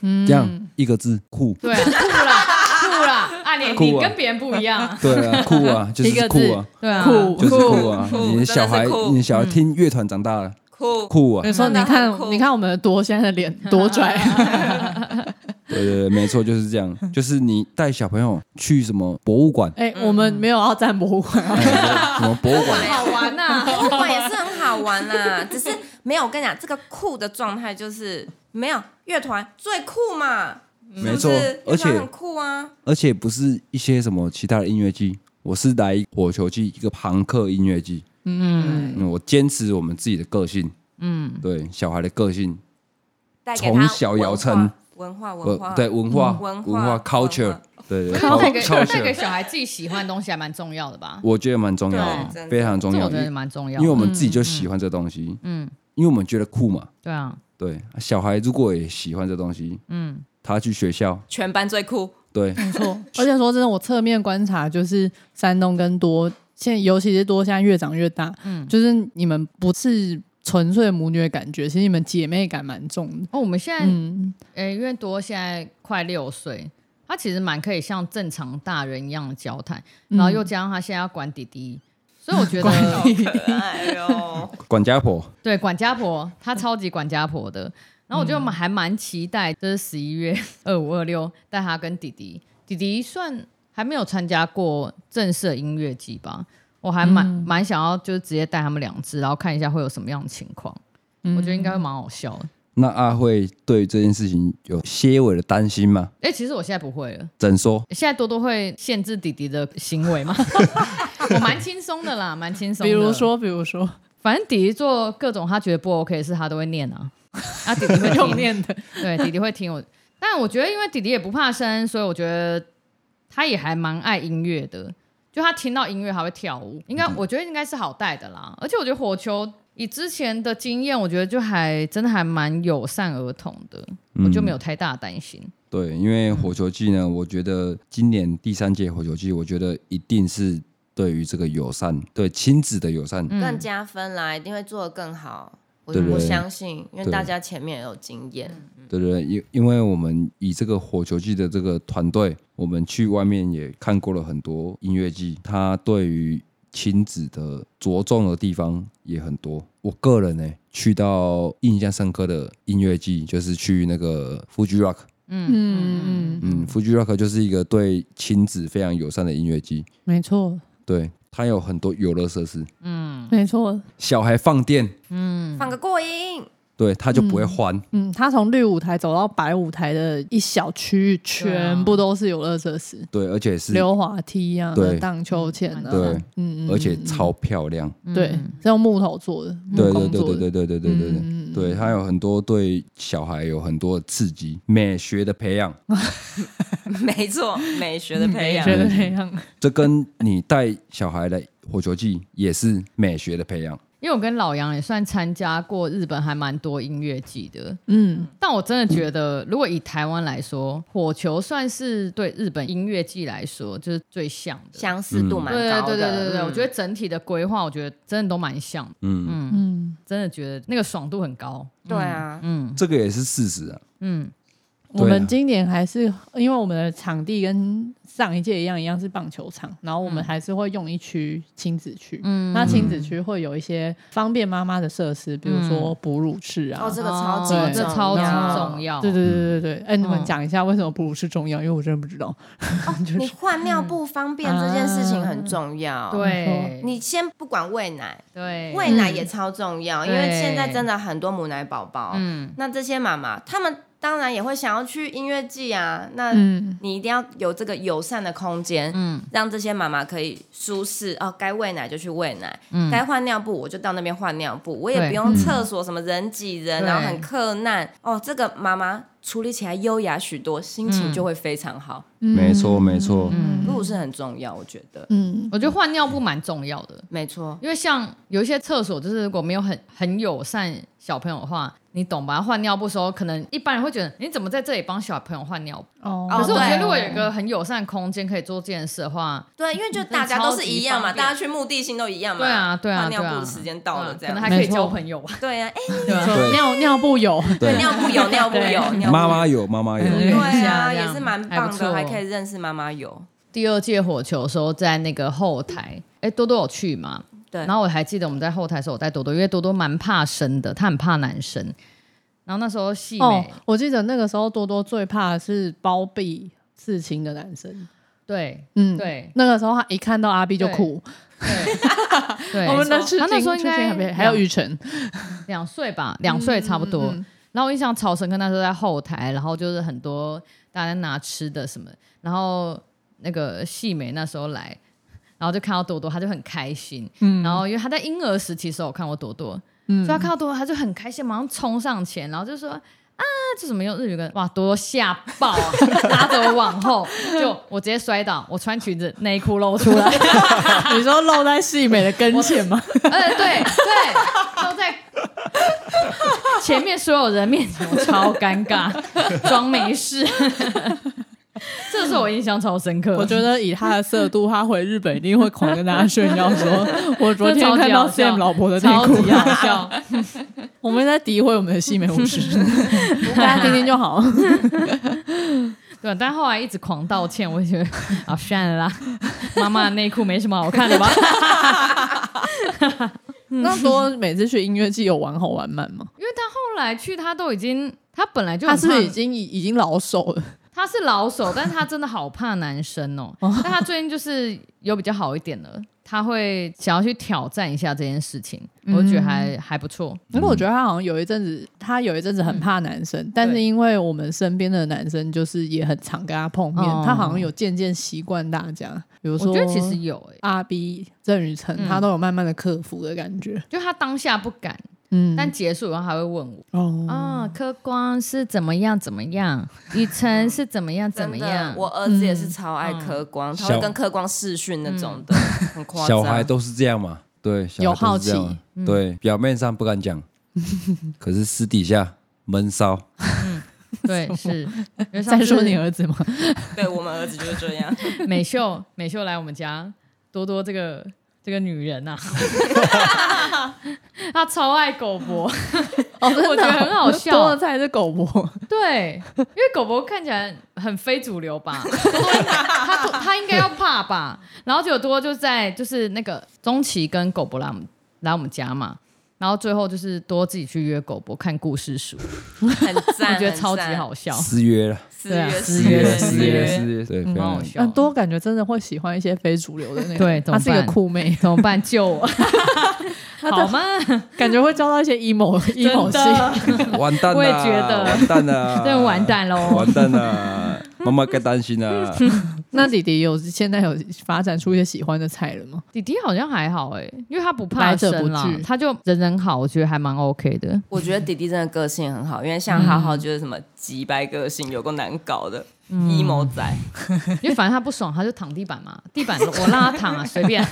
Speaker 5: 嗯
Speaker 1: 这样一个字酷，
Speaker 2: 对、 (laughs) 啊，酷啦酷啦，啊你
Speaker 1: 酷
Speaker 2: 你
Speaker 1: 啊
Speaker 2: 跟别人不一样啊，
Speaker 1: 对啊，酷啊，就
Speaker 5: 一个
Speaker 1: 是
Speaker 5: 字
Speaker 1: 酷啊，
Speaker 2: (laughs) 对啊，
Speaker 5: 酷
Speaker 1: 就是酷啊
Speaker 3: 酷，
Speaker 1: 你的小孩
Speaker 3: 真的是，酷
Speaker 1: 你的小孩听乐团长大了，
Speaker 3: 酷
Speaker 1: 酷啊
Speaker 5: 没，错，
Speaker 3: 真
Speaker 5: 你
Speaker 3: 的
Speaker 5: 看
Speaker 3: 很酷
Speaker 5: 你看我们的多现在的
Speaker 3: (laughs)
Speaker 5: 脸多拽，，
Speaker 1: 对对对，没错，就是这样。就是你带小朋友去什么博物馆
Speaker 5: (laughs) 哎，
Speaker 3: 嗯
Speaker 5: 我们没有要占博物馆，
Speaker 1: 哎什么博物馆，
Speaker 2: 好玩啊呐、 (laughs)
Speaker 3: 博物馆也是很好玩啦，只是没有。我跟你讲，这个酷的状态就是没有乐团最酷嘛，是
Speaker 1: 没
Speaker 3: 不
Speaker 1: 错
Speaker 3: 是？
Speaker 1: 而
Speaker 3: 乐团
Speaker 1: 且
Speaker 3: 很酷啊，
Speaker 1: 而且不是一些什么其他的音乐季，我是来一个火球季，一个朋克音乐季。嗯我坚持我
Speaker 2: 嗯
Speaker 1: 们自己的个性。嗯，对，小孩的个性
Speaker 3: 带给他
Speaker 1: 从小
Speaker 3: 文化
Speaker 1: 养成，
Speaker 3: 文化文化
Speaker 1: 呃，对文
Speaker 2: 嗯
Speaker 1: 化
Speaker 3: 文化
Speaker 1: 文化 culture，对
Speaker 2: (laughs)
Speaker 1: 对
Speaker 2: 带给带给
Speaker 1: culture，
Speaker 2: 小孩自己喜欢的东西还蛮重要的吧？
Speaker 1: 我觉得蛮重要
Speaker 3: 对真
Speaker 1: 的，
Speaker 3: 的
Speaker 1: 非常重
Speaker 2: 这
Speaker 1: 要
Speaker 2: 我觉得
Speaker 1: 的，
Speaker 2: 蛮重要
Speaker 1: 因
Speaker 2: 的。
Speaker 1: 为我们自己就喜欢这东西，
Speaker 2: 嗯，
Speaker 1: 因为我们觉得酷嘛。
Speaker 2: 对啊，
Speaker 1: 对，小孩如果也喜欢这东西，
Speaker 2: 嗯，
Speaker 1: 他去学校，
Speaker 3: 全班最酷，
Speaker 1: 对，
Speaker 5: 没错。 (laughs) 而且说真的，我侧面观察就是山东跟多，现在尤其是多，现在越长越大，
Speaker 2: 嗯
Speaker 5: 就是你们不是纯粹母女的感觉，其实你们姐妹感蛮重的。
Speaker 2: 哦，我们现在
Speaker 5: 嗯，
Speaker 2: 诶、因为多现在快六岁，他其实蛮可以像正常大人一样交谈，然后又加上他现在要管弟弟，所以我觉得
Speaker 3: 可爱哦哟。
Speaker 1: 管家婆，
Speaker 2: (laughs) 对管家婆，他超级管家婆的。然后我觉得我们还蛮期待，就是十一月 (laughs) 二五二六带他跟弟弟，弟弟算还没有参加过正式的音乐季吧，我还蛮蛮、想要就是直接带他们两只，然后看一下会有什么样的情况。我觉得应该会蛮好笑的。
Speaker 1: 那阿慧对于这件事情有些微的担心吗？
Speaker 2: 哎、其实我现在不会了。
Speaker 1: 怎说？
Speaker 2: 现在多多会限制弟弟的行为 (laughs) 吗？我蛮轻松的啦，蛮轻松。
Speaker 5: 嗯比如，说，比如说，
Speaker 2: 反正弟弟做各种他觉得不 OK 的事，他都会念啊。 (laughs) 啊，弟弟会
Speaker 5: 用
Speaker 2: 听，
Speaker 5: 念的，
Speaker 2: (laughs) 对，弟弟会听我。但我觉得，因为弟弟也不怕生，所以我觉得他也还蛮爱音乐的。就他听到音乐还会跳舞，应该我觉得应该是好带的啦。嗯而且我觉得火球以之前的经验，我觉得就还真的还蛮友善儿童的，我就没有太大的担心。
Speaker 1: 对，因为火球季呢，我觉得今年第三届火球季，我觉得一定是对于这个友善，对亲子的友
Speaker 2: 嗯
Speaker 1: 善，
Speaker 3: 更加分啦，一定会做得更好。我
Speaker 1: 对对
Speaker 3: 我
Speaker 1: 对
Speaker 3: 相信，因为
Speaker 1: 对
Speaker 3: 大家前面也有经验，
Speaker 1: 对对对，因因为我们以这个火球季的这个团队，我们去外面也看过了很多音乐季，它对于亲子的着重的地方也很多。我个人呢，去到印象深刻的音乐季，就是去那个 Fuji Rock，
Speaker 5: 嗯嗯，
Speaker 1: 嗯，Fuji Rock 就是一个对亲子非常友善的音乐季，
Speaker 5: 没错，
Speaker 1: 对，它有很多游乐设施，
Speaker 5: 没错，
Speaker 1: 小孩放电，
Speaker 3: 放个过瘾，
Speaker 1: 对，他就不会欢，
Speaker 5: 嗯，他从绿舞台走到白舞台的一小区域，全部都是游乐设施，
Speaker 1: 对，而且是，
Speaker 5: 溜滑梯啊
Speaker 1: 对，
Speaker 5: 荡秋千啊，
Speaker 1: 对，
Speaker 5: 嗯，嗯，
Speaker 1: 而且
Speaker 5: 嗯
Speaker 1: 超漂亮。
Speaker 5: 对，是用木头做的，
Speaker 2: 嗯
Speaker 1: 对
Speaker 5: 木
Speaker 1: 对
Speaker 5: 工
Speaker 1: 对
Speaker 5: 做
Speaker 1: 对
Speaker 5: 的，
Speaker 1: 对对对对对对，对他有很多对小孩有很多刺激，美学的培养，
Speaker 3: 没错，美学的
Speaker 1: (laughs)
Speaker 3: 培养
Speaker 5: 觉，得那样。
Speaker 1: 这跟你带小孩来火球季也是美学的培养。
Speaker 2: 因为我跟老杨也算参加过日本还蛮多音乐季的，
Speaker 5: 嗯，
Speaker 2: 但我真的觉得，如果以台湾来说，火球算是对日本音乐季来说就是最像的。
Speaker 3: 相似度蛮
Speaker 2: 对对
Speaker 3: 高
Speaker 2: 对
Speaker 3: 的。
Speaker 2: 对对对，
Speaker 3: 嗯
Speaker 2: 我觉得整体的规划，我觉得真的都蛮像的，
Speaker 1: 嗯，
Speaker 2: 真的觉得那个爽度很高。
Speaker 3: 对啊，
Speaker 2: 嗯
Speaker 1: 这个也是事实啊。
Speaker 2: 嗯，
Speaker 5: 我
Speaker 1: 对啊
Speaker 5: 们今年还是因为我们的场地跟上一届一样，一样是棒球场，然后我们还是会用一区亲子区。嗯，那亲子区会有一些方便妈妈的设施，比如说哺乳室啊。
Speaker 3: 哦，这个超级
Speaker 2: 哦
Speaker 5: 对
Speaker 2: 这超级重要。
Speaker 5: 对对对对对，哎、你们
Speaker 2: 嗯
Speaker 5: 讲一下为什么哺乳室重要？因为我真的不知道。
Speaker 3: 哦
Speaker 2: (laughs)
Speaker 3: 你换尿布方便这件事情很重要。
Speaker 2: 对，
Speaker 3: 你先不管喂奶，
Speaker 2: 啊对嗯
Speaker 3: 喂奶也超重要，因为
Speaker 2: 对
Speaker 3: 现在真的很多母奶宝宝，
Speaker 2: 嗯
Speaker 3: 那这些妈妈她们当然也会想要去音乐季啊，那
Speaker 5: 嗯，
Speaker 3: 你一定要有这个友善的空间，
Speaker 2: 嗯
Speaker 3: 让这些妈妈可以舒适哦，该喂奶就去喂奶，
Speaker 2: 嗯
Speaker 3: 该换尿布我就到那边换尿布，我也
Speaker 2: 对嗯
Speaker 3: 不用厕所什么人挤人，
Speaker 2: 对
Speaker 3: 然后很困难哦。这个妈妈处理起来优雅许多，心
Speaker 2: 嗯
Speaker 3: 情就会非常好，
Speaker 1: 没错没错，
Speaker 3: 嗯、如果是很重要，我觉得
Speaker 5: 嗯，
Speaker 2: 我觉得换尿布蛮重要的。
Speaker 3: 没错。
Speaker 2: 因为像有一些厕所，就是如果没有很很友善小朋友的话，你懂吧？换尿布的时候，可能一般人会觉得你怎么在这里帮小朋友换尿布？
Speaker 5: 哦，
Speaker 2: 可是我觉
Speaker 3: 对
Speaker 2: 得如果有一个很友善的空间可以做这件事的话，
Speaker 3: 对，因为就大家都是一样
Speaker 2: 嗯超
Speaker 3: 嘛，
Speaker 2: 级方便
Speaker 3: 大家去目的性都一样嘛。
Speaker 2: 对啊对啊
Speaker 3: 换尿
Speaker 2: 对
Speaker 3: 布
Speaker 2: 啊
Speaker 3: 的时间到了，这
Speaker 2: 对啊可
Speaker 3: 样
Speaker 2: 能还可以
Speaker 5: 没错
Speaker 2: 交朋友吧。
Speaker 3: 对啊，哎，
Speaker 2: 对吧
Speaker 1: 对
Speaker 5: 尿尿布有，
Speaker 1: 对，
Speaker 3: 尿布有，尿布有，
Speaker 2: 嗯
Speaker 3: 尿布
Speaker 1: 妈妈有妈妈有，
Speaker 3: 对
Speaker 2: 啊一下
Speaker 3: 啊，
Speaker 2: 这样
Speaker 3: 也是蛮
Speaker 2: 还
Speaker 3: 棒
Speaker 2: 不错
Speaker 3: 的，还可以认识妈妈有。
Speaker 2: 第二届火球的时候，在那个后台，哎，多多有去嘛？
Speaker 3: 对
Speaker 2: 然后我还记得我们在后台的时候，我带多多，因为多多蛮怕生的，他很怕男生。然后那时候细美，
Speaker 5: 哦，我记得那个时候多多最怕的是包庇刺青的男生。
Speaker 2: 对
Speaker 5: 嗯，
Speaker 2: 对
Speaker 5: 那个时候他一看到阿 B 就哭。
Speaker 2: 对对，
Speaker 5: 我们的吃
Speaker 2: 他那时候应该
Speaker 5: 还有雨辰， (laughs)
Speaker 2: 两岁吧，两岁差不多。然后我印象超深刻，那时候在后台，然后就是很多大家拿吃的什么，然后那个细美那时候来，然后就看到朵朵，她就很开心。然后因为她在婴儿时期的时候，我看过朵朵，所以她看到朵朵，她就很开心，马上冲上前，然后就说。啊，这怎么用日语跟哇多吓爆 (laughs) 啊！拉着我往后，就我直接摔倒，我穿裙子内裤露出来，
Speaker 5: 你说露在细美的跟前吗？
Speaker 2: 呃，对对，都在 (laughs) 前面所有人面前，我超尴 (laughs) 尬，装没事。 (laughs) 这是我印象超深刻，
Speaker 5: (laughs) 我觉得以他的色度，他回日本一定会狂跟大家炫耀说：“ (laughs) 我昨天看到 Sam 老婆的内
Speaker 2: 超
Speaker 5: 裤
Speaker 2: 级。好笑。”
Speaker 5: (laughs) 我们在诋毁我们的西美武士， (laughs) 大家听听就好。
Speaker 2: 对，但后来一直狂道歉，我就觉得 (laughs) 啊，算了啦，妈妈的内裤没什么好看的吧？
Speaker 5: (laughs) 那多每次去音乐季有玩好玩慢吗？
Speaker 2: 因为他后来去，他都已经，他本来就
Speaker 5: 他
Speaker 2: 很
Speaker 5: 是不是
Speaker 2: 胖
Speaker 5: 已经已已经老手了？
Speaker 2: 他是老手，但是他真的好怕男生哦。但他最近就是有比较好一点了，他会想要去挑战一下这件事情，
Speaker 5: 嗯
Speaker 2: 我就觉得还、还不错。
Speaker 5: (laughs) 因为我觉得他好像有一阵子，他有一阵子很怕男生，但是
Speaker 2: 嗯对
Speaker 5: 因为我们身边的男生就是也很常跟他碰面，
Speaker 2: 哦
Speaker 5: 他好像有渐渐习惯大家，比如
Speaker 2: 我
Speaker 5: 说
Speaker 2: 觉得其实有欸诶、
Speaker 5: 阿 B、郑宇成，
Speaker 2: 嗯
Speaker 5: 他都有慢慢的克服的感觉。
Speaker 2: 就他当下不敢，
Speaker 5: 嗯，
Speaker 2: 但结束以后还会问我
Speaker 5: 哦，
Speaker 2: 啊、科光是怎么样怎么
Speaker 5: (laughs)
Speaker 2: 样，雨辰是怎么样怎么
Speaker 3: 真
Speaker 2: 样嗯
Speaker 3: 的，，我儿子也是超爱科光，他
Speaker 1: 小
Speaker 3: 会跟科光视讯那种的，很夸张。
Speaker 1: 小孩都是这样嘛，对，小
Speaker 5: 有
Speaker 1: 孩都
Speaker 5: 好
Speaker 1: 是这样
Speaker 5: 奇
Speaker 1: 嘛，
Speaker 2: 嗯
Speaker 1: 对，表面上不敢
Speaker 2: (laughs)
Speaker 1: 讲，可是私底下闷骚。
Speaker 2: 对
Speaker 5: (laughs)
Speaker 2: 是。因为上
Speaker 5: 在
Speaker 2: 次
Speaker 5: 说你儿子吗？
Speaker 3: 对我们儿子就是这
Speaker 2: (laughs)
Speaker 3: 样，
Speaker 5: (laughs)
Speaker 2: 美秀，美秀来我们家，多多这个这个女人
Speaker 5: (laughs)
Speaker 2: 呐、她超爱狗博，
Speaker 5: 哦，真的哦
Speaker 2: 我觉得很好笑
Speaker 5: (laughs) 多的菜是狗
Speaker 2: (laughs)
Speaker 5: 博，
Speaker 2: 对，因为狗狗看起来很非主流吧，它它应该要怕吧。然后就有多就在就是那个中期跟狗博来我们来我们家嘛，然后最后就是多自己去约狗博看故事书，
Speaker 3: 很赞，
Speaker 2: 我觉得超级
Speaker 3: 很赞。
Speaker 2: 好笑，
Speaker 1: 失约了，
Speaker 3: 四
Speaker 2: 对啊
Speaker 3: 月，
Speaker 2: 四
Speaker 3: 四
Speaker 2: 约
Speaker 3: 月，
Speaker 2: 失
Speaker 1: 失
Speaker 2: 约
Speaker 1: 约，
Speaker 2: 失
Speaker 1: 失约，对，非
Speaker 2: 嗯蛮
Speaker 1: 常
Speaker 2: 好
Speaker 1: 有
Speaker 2: 笑
Speaker 5: 那
Speaker 2: 的。
Speaker 5: 多感觉真的会喜欢一些非主流的那
Speaker 2: 对怎
Speaker 5: 种，
Speaker 2: 么
Speaker 5: 她是一个
Speaker 2: 办
Speaker 5: 酷妹，
Speaker 2: 怎么办？救我好吗？
Speaker 5: (laughs) 感觉会交到一些 emo emo
Speaker 2: (laughs) 真的
Speaker 5: 系。
Speaker 1: 完蛋了，
Speaker 2: 我也觉得
Speaker 1: 完蛋了，
Speaker 2: (laughs) 真的完蛋喽！
Speaker 1: 完蛋了，妈妈该担心了。
Speaker 5: 那弟弟有现在有发展出一些喜欢的菜了吗？
Speaker 2: 弟弟好像还好哎、因为他不怕
Speaker 5: 来者
Speaker 2: 生
Speaker 5: 不
Speaker 2: 啦
Speaker 5: 拒，
Speaker 2: 他就人人好，我觉得还蛮 OK 的。 (laughs)
Speaker 3: 我觉得弟弟真的个性很好，因为像浩
Speaker 2: 嗯
Speaker 3: 浩就是什么几百个性，有够难搞的 emo 仔，
Speaker 2: 因为反正他不爽，他就躺地板嘛，地板我让他躺啊，随
Speaker 3: (laughs)
Speaker 2: 便。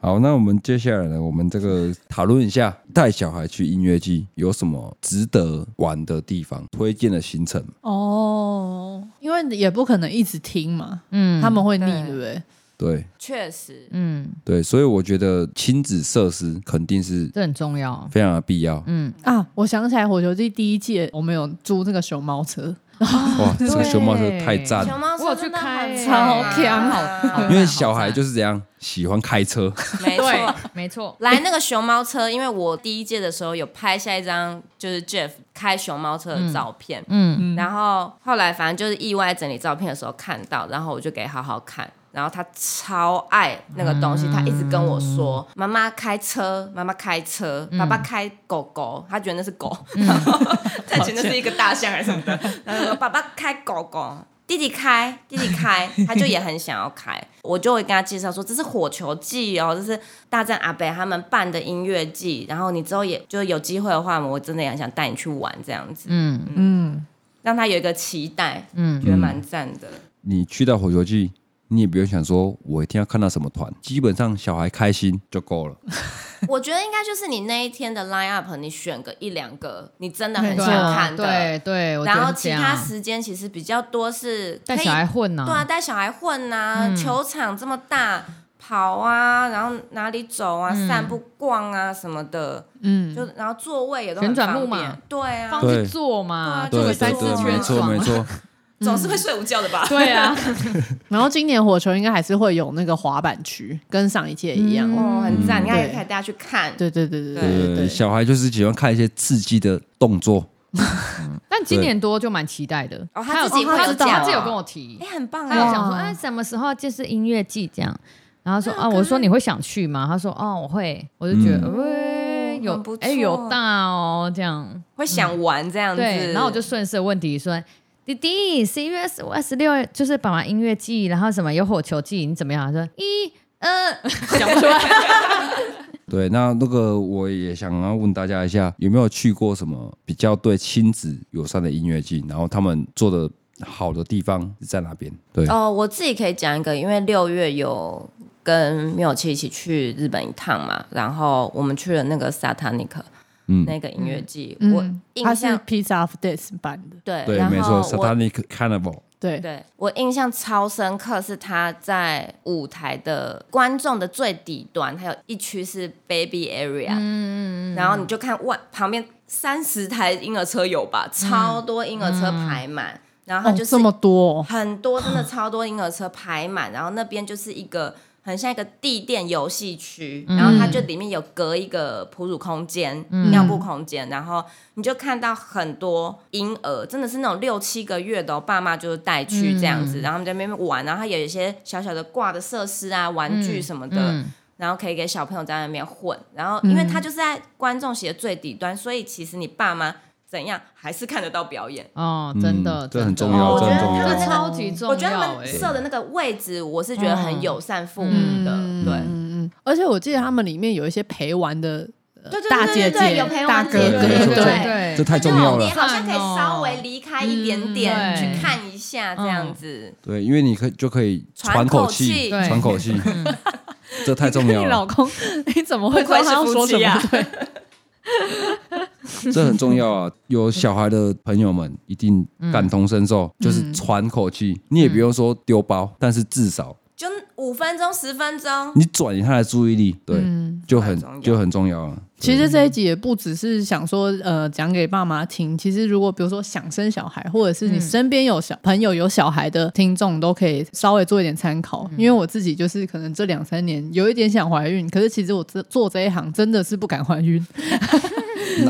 Speaker 1: 好，那我们接下来呢，我们这个讨论一下带小孩去音乐季有什么值得玩的地方，推荐的行程。
Speaker 5: 哦，因为也不可能一直听嘛，
Speaker 2: 嗯，
Speaker 5: 他们会腻，
Speaker 3: 对
Speaker 5: 对不对？
Speaker 1: 对
Speaker 3: 确实，
Speaker 2: 嗯，
Speaker 1: 对，所以我觉得亲子设施肯定是
Speaker 2: 这很重要。
Speaker 1: 非常的必要。
Speaker 2: 嗯，
Speaker 5: 啊，我想起来，火球季第一届我们有租那个熊猫车，
Speaker 1: (laughs) 哇，这个
Speaker 2: 对
Speaker 1: 熊猫车太赞
Speaker 3: 熊
Speaker 1: 了，
Speaker 3: 猫
Speaker 2: 我有去
Speaker 3: 车真的
Speaker 2: 开，
Speaker 3: 很啊
Speaker 5: 超
Speaker 3: 赞
Speaker 5: 强
Speaker 2: 好好赞，
Speaker 1: 因为小孩就是是这样，喜欢开车。
Speaker 3: 没
Speaker 2: 对
Speaker 3: 错。，
Speaker 2: 没错，
Speaker 3: 来那个熊猫车，因为我第一届的时候有拍下一张就是 Jeff 开熊猫车的照片，
Speaker 2: 嗯，
Speaker 3: 然后后来反正就是意外整理照片的时候看到，然后我就给好好看，然后他超爱那个东西，他一直跟我说：“妈妈开车，妈妈开车，爸爸开狗狗。”他觉得那是狗，然后 (laughs) 他觉得那是一个大象还是什么的，然后说：“爸爸开狗狗。”弟弟开，弟弟开，他就也很想要开，我就会跟他介绍说这是火球季哦，这是大正阿北他们办的音乐季，然后你之后也就有机会的话，我真的也很想带你去玩这样子。
Speaker 2: 嗯
Speaker 5: 嗯，
Speaker 3: 让他有一个期待，
Speaker 2: 嗯
Speaker 3: 觉得蛮赞的。
Speaker 1: 你去到火球季，你也不用想说我一定要看到什么团，基本上小孩开心就够了。
Speaker 3: 嗯我觉得应该就是你那一天的 line up，你选个一两个你真的
Speaker 5: 没
Speaker 3: 很
Speaker 5: 错
Speaker 3: 想看的，
Speaker 2: 对对，我觉
Speaker 3: 然
Speaker 2: 得
Speaker 3: 后
Speaker 2: 是这
Speaker 3: 其
Speaker 2: 样
Speaker 3: 他时间其实比较多是
Speaker 2: 带
Speaker 3: 可以
Speaker 2: 小孩混嗯呢、
Speaker 3: 对啊，带小孩混啊，球场这么大。跑啊，然后哪里走啊，
Speaker 2: 嗯
Speaker 3: 散步、逛啊什么的，嗯，就然后座位也都很
Speaker 2: 旋转木
Speaker 3: 方便
Speaker 2: 马，
Speaker 3: 对啊，
Speaker 2: 放去做嘛，
Speaker 3: 对
Speaker 2: 做
Speaker 3: 啊
Speaker 1: 对对
Speaker 2: 个
Speaker 3: 就
Speaker 2: 三
Speaker 3: 是
Speaker 1: 对，
Speaker 2: 四
Speaker 1: 没
Speaker 2: 圈
Speaker 1: 错
Speaker 2: 爽
Speaker 1: 没
Speaker 2: 啊。
Speaker 1: 错。
Speaker 3: 总是会睡午觉的吧？
Speaker 2: 对
Speaker 3: (laughs)
Speaker 2: 啊，
Speaker 5: 然后今年火球应该还是会有那个滑板区，跟上一届一样。
Speaker 3: 哦，很
Speaker 2: 嗯
Speaker 3: 赞，你看
Speaker 5: 对
Speaker 3: 也可以带大家去看，
Speaker 5: 对对对对
Speaker 3: 对
Speaker 5: 对
Speaker 1: 对
Speaker 5: 对对，
Speaker 1: 小孩就是喜欢看一些刺激的动作。
Speaker 2: 但今年多就蛮期待的。有
Speaker 3: 哦他自己
Speaker 2: 他
Speaker 5: 会知道
Speaker 2: 他自己有跟我提
Speaker 3: 哎，，很棒
Speaker 2: 他有
Speaker 3: 啊！
Speaker 2: 想说，
Speaker 5: 哇
Speaker 2: 哎、什么时候就是音乐季这样？然后说，
Speaker 3: 嗯
Speaker 2: 啊，我说你会想去吗？他说，哦，我会。我就觉得，
Speaker 1: 嗯
Speaker 2: 喂、有
Speaker 3: 哦很不
Speaker 2: 哎、
Speaker 3: 错
Speaker 2: 有大哦，这样。
Speaker 3: 会想玩这样
Speaker 2: 嗯
Speaker 3: 子，
Speaker 2: 对，然后我就顺势问弟弟说，弟弟，十一月十五、二十六就是爸爸音乐
Speaker 1: 嗯
Speaker 2: 季，然后什么有火球季，你怎么样？他说一。呃，讲不出来，
Speaker 1: 对，那那个我也想要问大家一下，有没有去过什么比较对亲子友善的音乐季？然后他们做的好的地方是在哪边？对，
Speaker 3: 哦，我自己可以讲一个，因为六月有跟缪友七一起去日本一趟嘛，然后我们去了那个 Satanic
Speaker 1: 嗯，
Speaker 3: 那个音乐季，
Speaker 5: 嗯
Speaker 3: 我
Speaker 5: 它
Speaker 3: 印
Speaker 5: 是
Speaker 3: 象
Speaker 5: Pizza of Death 版的，
Speaker 3: 对，
Speaker 1: 对，
Speaker 3: 然
Speaker 1: 没错
Speaker 3: 后我
Speaker 1: ，Satanic Carnival，
Speaker 5: 对，
Speaker 3: 对我印象超深刻是他在舞台的观众的最底端，还有一区是 Baby Area，
Speaker 2: 嗯嗯嗯，
Speaker 3: 然后你就看外旁边三十台婴儿车有吧，超多婴儿车排满，然后
Speaker 5: 嗯哦
Speaker 3: 它，就是
Speaker 5: 这么多哦，
Speaker 3: 很多真的超多婴儿车排满，然后那边就是一个很像一个地垫游戏区，然后它就里面有隔一个哺乳空间、尿布空间，然后你就看到很多婴儿，真的是那种六七个月的哦、爸妈就是带去这样子，然后他们在那边玩，然后它有一些小小的挂的设施啊、玩具什么的。
Speaker 2: 嗯
Speaker 3: 然后可以给小朋友在那边混，然后因为他就是在观众席的最底端，所以其实你爸妈怎样还是看得到表演。
Speaker 2: 哦，真
Speaker 1: 嗯
Speaker 2: 的，
Speaker 1: 这
Speaker 2: 真
Speaker 1: 很
Speaker 2: 的
Speaker 1: 重要
Speaker 2: 哦
Speaker 3: 这很重要
Speaker 2: 这超级重要，
Speaker 3: 我觉得他们
Speaker 2: 欸
Speaker 3: 设的那个位置，我是觉得很友善父母
Speaker 5: 嗯
Speaker 3: 的，对。
Speaker 5: 嗯嗯，而且我记得他们里面有一些陪玩的呃
Speaker 3: 对对对
Speaker 5: 大
Speaker 3: 对
Speaker 5: 姐
Speaker 3: 对对有
Speaker 5: 姐
Speaker 3: 陪、玩
Speaker 5: 大
Speaker 3: 姐
Speaker 5: 哥
Speaker 1: 姐
Speaker 5: 哥，
Speaker 1: 对对
Speaker 5: 对
Speaker 2: 对
Speaker 1: 这太重要了
Speaker 3: 你。好像可以稍微离开一点点、
Speaker 2: 嗯对
Speaker 3: 去看一下这样子。
Speaker 1: 对，因为你可以就可以
Speaker 3: 喘
Speaker 1: 喘
Speaker 3: 口
Speaker 1: 口
Speaker 3: 气
Speaker 1: 气，
Speaker 2: 对
Speaker 1: 喘口气， (laughs) 这太重要
Speaker 5: 你老
Speaker 1: 了，
Speaker 5: 公， (laughs) 你怎么会知道他要说什
Speaker 2: 啊
Speaker 5: 么？
Speaker 3: 不
Speaker 5: 对，
Speaker 1: 这很重要啊！有小孩的朋友们一定感同身受，就是喘口气，你也不用说丢包，但是至少
Speaker 3: 就五分钟、十分钟，
Speaker 1: 你转移他的注意力，对，就
Speaker 3: 这很重要
Speaker 1: 很就很重要了。
Speaker 5: 其
Speaker 1: 对
Speaker 5: 实这一集也不只是想说，呃，讲给爸妈听。其实如果比如说想生小孩，或者是你身边有小、朋友有小孩的听众，都可以稍微做一点参考。因为我自己就是可能这两三年有一点想怀孕，可是其实我这做这一行真的是不敢怀孕。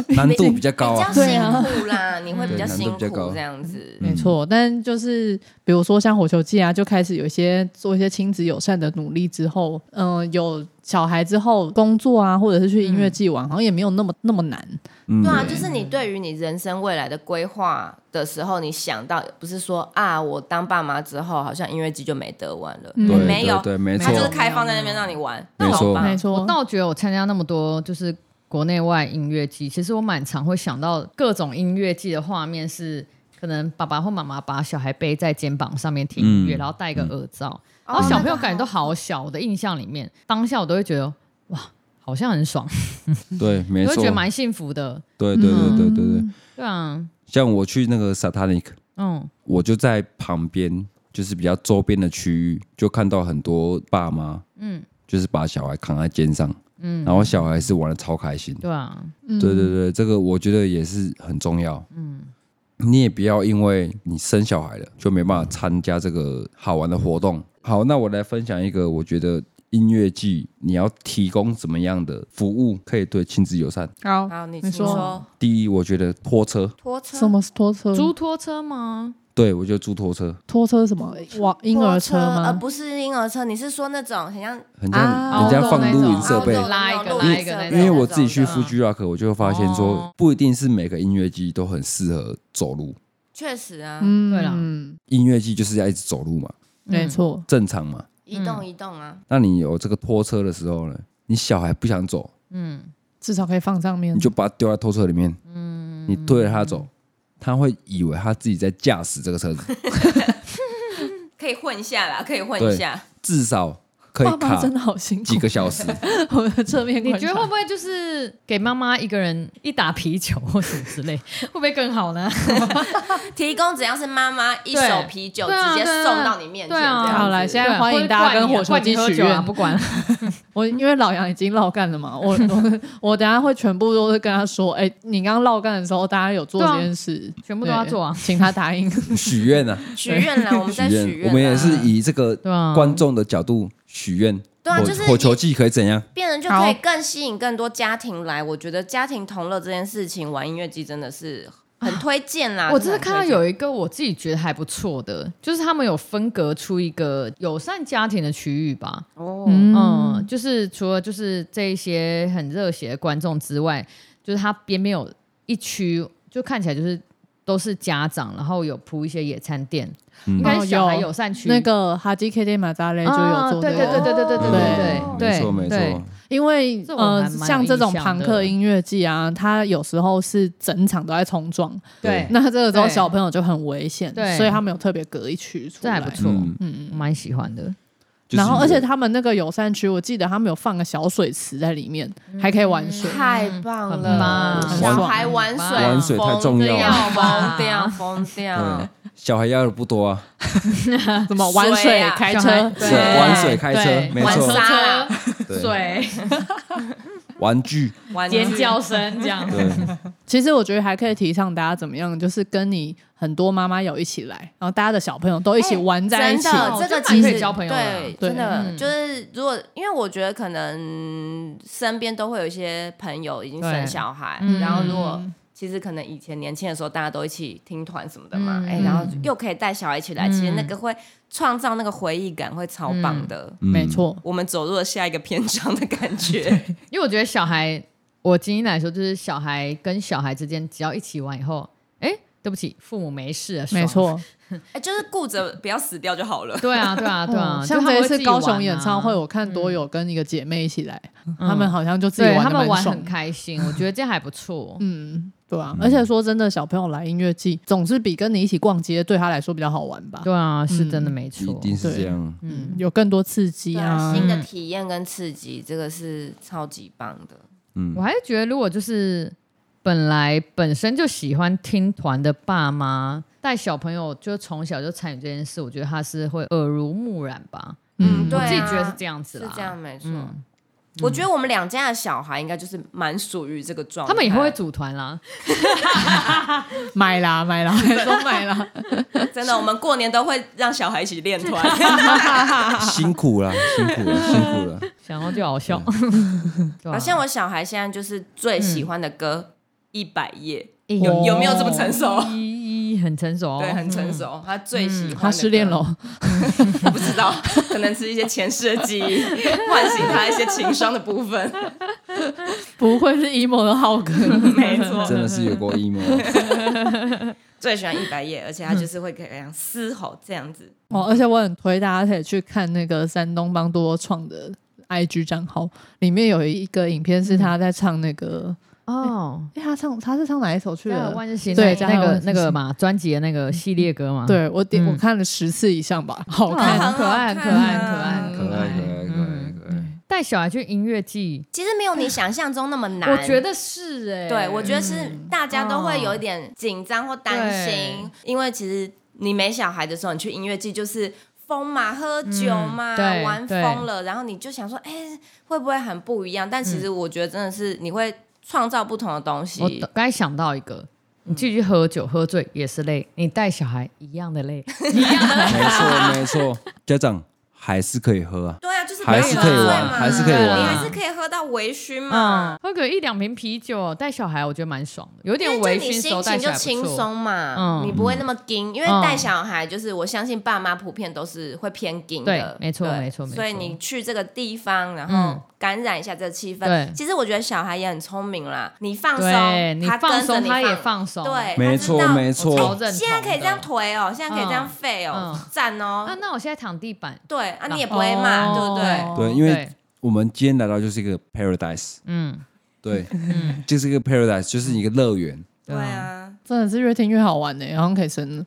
Speaker 1: 难难度比较高啊
Speaker 3: 比，较
Speaker 5: 对啊
Speaker 3: 辛苦啦，你会比较
Speaker 1: 对难度
Speaker 3: 辛
Speaker 1: 比较
Speaker 3: 苦
Speaker 1: 高嗯
Speaker 3: 这样子。
Speaker 5: (laughs) 没错，但就是比如说像火球季啊，就开始有一些做一些亲子友善的努力之后，嗯、有小孩之后工作啊，或者是去音乐季玩，好像也没有那么那么难。
Speaker 1: 嗯
Speaker 3: 对啊，就是你对于你人生未来的规划的时候，你想到不是说啊，我当爸妈之后好像音乐季就没得玩了，
Speaker 5: 嗯
Speaker 1: 对
Speaker 3: 也没有，
Speaker 1: 对，对没
Speaker 3: 他
Speaker 1: 错
Speaker 3: 就，是开放在那边让你玩，
Speaker 1: 没
Speaker 3: 那
Speaker 1: 错
Speaker 3: 好吧
Speaker 5: 没错，
Speaker 2: 我倒觉得我参加那么多就是国内外音乐季，其实我蛮常会想到各种音乐季的画面是。可能爸爸或妈妈把小孩背在肩膀上面听音乐，
Speaker 1: 嗯
Speaker 2: 然后戴一个耳罩，
Speaker 3: 哦
Speaker 2: 然后小朋
Speaker 3: 那
Speaker 2: 友
Speaker 3: 个
Speaker 2: 感觉都好小。我的印象里面，当下我都会觉得哇，好像很爽，
Speaker 1: 对，没
Speaker 2: 都会
Speaker 1: 错
Speaker 2: 觉，得蛮幸福的。
Speaker 1: 对对对对对对。
Speaker 2: 对啊，
Speaker 1: 像我去那个 Satanic，
Speaker 2: 嗯
Speaker 1: 我就在旁边，就是比较周边的区域，就看到很多爸妈，
Speaker 2: 嗯
Speaker 1: 就是把小孩扛在肩上，
Speaker 2: 嗯，
Speaker 1: 然后小孩是玩的超开心。
Speaker 2: 对啊，
Speaker 5: 嗯
Speaker 1: 对对对，这个我觉得也是很重要。
Speaker 2: 嗯
Speaker 1: 你也不要因为你生小孩了就没办法参加这个好玩的活动。好，那我来分享一个，我觉得音乐季你要提供怎么样的服务可以对亲子友善？
Speaker 5: 好，
Speaker 3: 好，你
Speaker 5: 你
Speaker 3: 请说
Speaker 5: 说
Speaker 1: 第一，我觉得拖车，
Speaker 3: 拖车
Speaker 5: 什么是拖车？
Speaker 2: 租拖车吗？
Speaker 1: 对我觉得租拖车
Speaker 5: 拖车什么？哇，婴儿车
Speaker 3: 拖呃，
Speaker 2: 啊
Speaker 5: 吗？
Speaker 3: 不是婴儿车，你是说那种很像
Speaker 1: 很像
Speaker 5: 啊
Speaker 1: 人家放
Speaker 2: 那
Speaker 1: 录
Speaker 2: 种
Speaker 1: 影设备
Speaker 2: 啊，拉一个拉一个那
Speaker 1: 因
Speaker 2: 种
Speaker 1: 为我自己去
Speaker 3: 复
Speaker 1: Fuji Rock，我就会发现说
Speaker 2: 哦，
Speaker 1: 不一定是每个音乐季都很适合走路。
Speaker 3: 确实啊，
Speaker 5: 嗯
Speaker 2: 对啦嗯
Speaker 5: 嗯
Speaker 1: 音乐季就是要一直走路嘛，
Speaker 5: 没错，
Speaker 1: 正常嘛。
Speaker 3: 移动移动啊，
Speaker 1: 那你有这个拖车的时候呢，你小孩不想走，
Speaker 2: 嗯，
Speaker 5: 至少可以放上面
Speaker 1: 你。就把他丢在拖车里面，你推着他走，他会以为他自己在驾驶这个车子，
Speaker 3: 可以混一下啦，可以混一
Speaker 1: 对
Speaker 3: 下。
Speaker 1: 至少可
Speaker 5: 爸
Speaker 1: 以
Speaker 5: 妈
Speaker 1: 卡
Speaker 5: 真的好辛苦
Speaker 2: (laughs)
Speaker 1: 几，个小时。
Speaker 5: 我的侧面
Speaker 2: 你
Speaker 5: 观察
Speaker 2: 觉得会不会就是给妈妈一个人一打啤酒或什么之类， (laughs) 会不会更好呢？
Speaker 3: 提供只要是妈妈一
Speaker 2: 对
Speaker 3: 手啤酒
Speaker 2: 对啊
Speaker 3: 直接
Speaker 2: 对啊
Speaker 3: 送到你面
Speaker 2: (laughs)
Speaker 3: 前，
Speaker 2: 对
Speaker 3: 这
Speaker 2: 啊
Speaker 3: 样子
Speaker 5: 好来现在欢迎大家跟火球机许
Speaker 2: 酒啊，
Speaker 5: 愿
Speaker 2: 不 (laughs) 管。
Speaker 5: 我因为老杨已经绕干了
Speaker 2: (laughs)
Speaker 5: 嘛，我我我等下会全部都是跟他说，哎、你刚刚绕干的时候，大家有做
Speaker 2: 对啊
Speaker 5: 这件事，
Speaker 2: 全部都要做啊
Speaker 5: 对
Speaker 2: (laughs)
Speaker 5: 请他答应。
Speaker 1: 许愿啊，
Speaker 3: 许愿啦，我们
Speaker 1: 许
Speaker 3: 在许愿啊
Speaker 1: 愿，啊
Speaker 3: 啦，
Speaker 1: 我们也是以这个
Speaker 2: 对啊
Speaker 1: 观众的角度许愿。
Speaker 3: 对啊
Speaker 1: 火
Speaker 3: 就是
Speaker 1: 火球季可以怎样？
Speaker 3: 变成就可以更吸引更多家庭来。我觉得家庭同乐这件事情，玩音乐季真的是很推荐啦。
Speaker 2: 我
Speaker 3: 真
Speaker 2: 只是
Speaker 3: 的很推
Speaker 2: 看到
Speaker 3: 荐
Speaker 2: 有一个我自己觉得还不错的，就是他们有分隔出一个友善家庭的区域吧。
Speaker 3: 哦，
Speaker 2: 嗯，就是除了就是这一些很热血的观众之外，就是它边边有一区，就看起来就是都是家长，然后有铺一些野餐垫，应该是小孩
Speaker 5: 哦有
Speaker 2: 友善区。
Speaker 5: 那个哈基 K D 马扎雷就有做、
Speaker 2: 啊啊对对对对对对对
Speaker 5: 对
Speaker 2: 对对，
Speaker 1: 没错没
Speaker 2: 对
Speaker 1: 错，
Speaker 5: 因为
Speaker 2: 这我还
Speaker 5: 呃，
Speaker 2: 蛮有
Speaker 5: 像这种
Speaker 2: 印象
Speaker 5: 朋
Speaker 2: 的
Speaker 5: 克音乐季啊，它有时候是整场都在冲撞，
Speaker 2: 对，
Speaker 5: 那这个时候
Speaker 2: 对
Speaker 5: 小朋友就很危险，
Speaker 2: 对
Speaker 5: 所以他们有特别隔一区出
Speaker 2: 这
Speaker 5: 来，
Speaker 2: 还不错，
Speaker 1: 嗯，
Speaker 5: 嗯
Speaker 2: 我蛮喜欢的。
Speaker 1: 就是
Speaker 5: 然后，而且
Speaker 1: 有
Speaker 5: 他们那个友善区，我记得他们有放个小水池在里面，
Speaker 2: 嗯
Speaker 5: 还可以玩水。
Speaker 3: 太棒
Speaker 2: 很
Speaker 3: 了！
Speaker 2: 棒
Speaker 3: 小孩玩水，
Speaker 1: 玩水太重要了
Speaker 3: 疯掉，疯掉 (laughs)
Speaker 1: 对！小孩要的不多啊，
Speaker 5: 什么玩
Speaker 3: 水
Speaker 5: 水、
Speaker 3: 啊
Speaker 5: 开
Speaker 2: 小孩
Speaker 5: 车？
Speaker 2: 对
Speaker 1: 是玩水、开
Speaker 5: 对
Speaker 1: 车，没
Speaker 3: 玩
Speaker 1: 错，
Speaker 3: 沙啦，
Speaker 1: 对，
Speaker 2: 水、
Speaker 1: 玩具，
Speaker 3: 玩
Speaker 2: 尖叫声这样。
Speaker 1: 对，
Speaker 5: 其实我觉得还可以提倡大家怎么样，就是跟你很多妈妈有一起来，然后大家的小朋友都一起玩在一起。
Speaker 3: 哎真的，
Speaker 2: 哦
Speaker 3: 这个
Speaker 2: 这蛮
Speaker 3: 其
Speaker 2: 可以
Speaker 3: 实
Speaker 2: 交哎朋友的啊
Speaker 3: 对，
Speaker 5: 对
Speaker 3: 真的
Speaker 2: 嗯
Speaker 3: 就是如果因为我觉得可能身边都会有一些朋友已经
Speaker 2: 对
Speaker 3: 生小孩
Speaker 2: 嗯，
Speaker 3: 然后如果。其实可能以前年轻的时候，大家都一起听团什么的嘛，
Speaker 2: 嗯
Speaker 3: 哎、然后又可以带小孩一起来，
Speaker 2: 嗯
Speaker 3: 其实那个会创造那个回忆感，会超棒的。
Speaker 1: 嗯
Speaker 5: 没，错，
Speaker 3: 我们走入了下一个篇章的感觉，
Speaker 2: (laughs) 因为我觉得小孩，我经验来说，就是小孩跟小孩之间，只要一起玩以后，哎，对不起，父母没事了，爽
Speaker 5: 没。错。
Speaker 3: 哎、就是顾着不要死掉就 (laughs) 好了。
Speaker 2: 对啊，对啊，对啊，
Speaker 5: 嗯
Speaker 2: 就
Speaker 5: 像
Speaker 2: 他们
Speaker 5: 这一
Speaker 2: 会自
Speaker 5: 次
Speaker 2: 己
Speaker 5: 高
Speaker 2: 玩啊
Speaker 5: 雄演唱会，我看多有跟一个姐妹一起来，
Speaker 2: 嗯
Speaker 5: 他们好像就自己
Speaker 2: 对
Speaker 5: 玩
Speaker 2: 他
Speaker 5: 的
Speaker 2: 们玩
Speaker 5: 蛮爽
Speaker 2: 很。开心，我觉得这样还不错。
Speaker 5: 嗯，对啊。而且说真的，小朋友来音乐季，总是比跟你一起逛街对他来说比较好玩吧？
Speaker 2: 对啊，是真的没
Speaker 1: 一
Speaker 2: 错。
Speaker 1: 定是这样。
Speaker 5: 嗯，有更多刺激啊。
Speaker 3: 新的
Speaker 2: 嗯
Speaker 3: 体验跟刺激，这个是超级棒的。
Speaker 1: 嗯
Speaker 2: 我，还是觉得，如果就是本来本身就喜欢听团的爸妈，带小朋友就从小就参与这件事，我觉得他是会耳濡目染吧。
Speaker 5: 嗯，
Speaker 3: 对
Speaker 2: 我
Speaker 3: 啊
Speaker 2: 自己觉得是这样子
Speaker 3: 是
Speaker 2: 啦，
Speaker 3: 这样，没错。
Speaker 2: 嗯
Speaker 3: 我觉得我们两家的小孩应该就是蛮属于这个状态。
Speaker 2: 他们以后会组团啦，
Speaker 5: 买啦买 (laughs) 啦，都买啦。
Speaker 3: (laughs) 真的，我们过年都会让小孩一起练
Speaker 2: (laughs)
Speaker 3: 团，
Speaker 2: 啊
Speaker 1: 辛苦了，辛苦了，辛苦了。
Speaker 2: 想到就好笑。 (laughs) 对啊
Speaker 3: (laughs) 好像我小孩现在就是最喜欢的
Speaker 2: 嗯
Speaker 3: 歌《一百页
Speaker 2: 欸》，
Speaker 3: 有有没有这么成熟？
Speaker 2: 一一很成熟哦，
Speaker 3: 对，很成熟。他最喜欢的歌
Speaker 5: 他失恋，了，
Speaker 3: 我 (laughs) 不知道，可能是一些前世的记
Speaker 2: (laughs)
Speaker 3: 忆唤醒他一些情商的部分。
Speaker 5: 不会是 emo 的浩 (laughs) 哥。
Speaker 3: 没错，
Speaker 1: 真的是有过 emo，啊
Speaker 3: 最喜欢《一百页》，而且他就是会给人嘶吼这样子。
Speaker 5: 哦，而且我很推大家可以去看那个山东帮多多创的 IG 账号，里面有一个影片是他在唱那个，
Speaker 2: 哦。
Speaker 5: 哎、嗯他唱他是唱哪一首去
Speaker 2: 加油
Speaker 5: 了？
Speaker 2: 万事兴
Speaker 5: 对
Speaker 2: 那哦那
Speaker 5: 加油万
Speaker 2: 个
Speaker 5: 事
Speaker 2: 那
Speaker 5: 兴
Speaker 2: 个嘛，专辑的那个系列歌嘛，，
Speaker 5: 对我点、
Speaker 2: 嗯
Speaker 5: 我看了十次以上吧，好
Speaker 2: 哇
Speaker 5: 看。
Speaker 2: 很可爱，很可爱，很可爱，很
Speaker 1: 可爱，可爱，可爱，
Speaker 2: 嗯
Speaker 1: 可爱。
Speaker 2: 带小孩去音乐季，
Speaker 3: 其实没有你想象中那么难，
Speaker 2: 我觉得是哎，
Speaker 3: 对，我觉得是大家都会有一点紧张或担
Speaker 2: 对
Speaker 3: 心，因为其实你没小孩的时候，你去音乐季就是疯嘛、喝酒嘛、
Speaker 2: 嗯对嗯
Speaker 3: 玩疯了，然后你就想说，哎、会不会很不一样？但其实我觉得真的是你会创造不同的东
Speaker 2: 我
Speaker 3: 西。
Speaker 2: 刚才想到一个，你继续喝酒喝醉也是累，你带小孩一样的累，一样的累。
Speaker 1: 没错，没错，家长还是可以喝啊，
Speaker 3: 对啊，就是
Speaker 1: 还是可以
Speaker 3: 喝醉
Speaker 1: 玩，
Speaker 3: 嘛
Speaker 1: 还是可以玩
Speaker 3: 你
Speaker 2: 对
Speaker 3: 还
Speaker 1: 啊
Speaker 3: 是。可以喝到微醺嘛
Speaker 2: 嗯，， (laughs) 喝个一两瓶啤酒带小孩，我觉得蛮爽的，有
Speaker 3: 因
Speaker 2: 点
Speaker 3: 为
Speaker 2: 微
Speaker 3: 就你
Speaker 2: 醺时候
Speaker 3: 心
Speaker 2: 带
Speaker 3: 情
Speaker 2: 小
Speaker 3: 就
Speaker 2: 孩
Speaker 3: 轻
Speaker 2: 不错。
Speaker 3: 松嘛，
Speaker 2: 嗯
Speaker 3: 你不会那么紧，因为
Speaker 2: 嗯
Speaker 3: 带小孩就是我相信爸妈普遍都是会偏紧的
Speaker 2: 对，没错
Speaker 3: 对
Speaker 2: 没错没错
Speaker 3: 所以你去这个地方，然
Speaker 2: 嗯
Speaker 3: 后感染一下这个气氛。
Speaker 2: 对
Speaker 3: 其实我觉得小孩也很聪明啦，你放松
Speaker 2: 对，
Speaker 3: 他
Speaker 2: 放
Speaker 3: 跟着
Speaker 2: 松，
Speaker 3: 你
Speaker 2: 他也
Speaker 3: 放。
Speaker 2: 放松。
Speaker 3: 对
Speaker 1: 没错，没
Speaker 2: 我超
Speaker 1: 错，
Speaker 2: 认同的
Speaker 3: 现在可以这样推哦，现在可以这样
Speaker 2: 嗯
Speaker 3: 废哦
Speaker 2: 嗯，
Speaker 3: 赞
Speaker 2: 啊
Speaker 3: 哦，，
Speaker 2: 那我现在躺地板，
Speaker 3: 对啊，你也不会骂，对不对？啊
Speaker 5: 哦
Speaker 1: 对，因为
Speaker 2: 对，
Speaker 1: 我们今天来到就是一个 paradise，
Speaker 2: 嗯，
Speaker 1: 对，
Speaker 3: (laughs)
Speaker 1: 就是一个 paradise，就是一个乐园。
Speaker 2: 对
Speaker 3: 对
Speaker 2: 啊，
Speaker 3: 啊，
Speaker 5: 真的是越听越好玩呢、好像可以生了。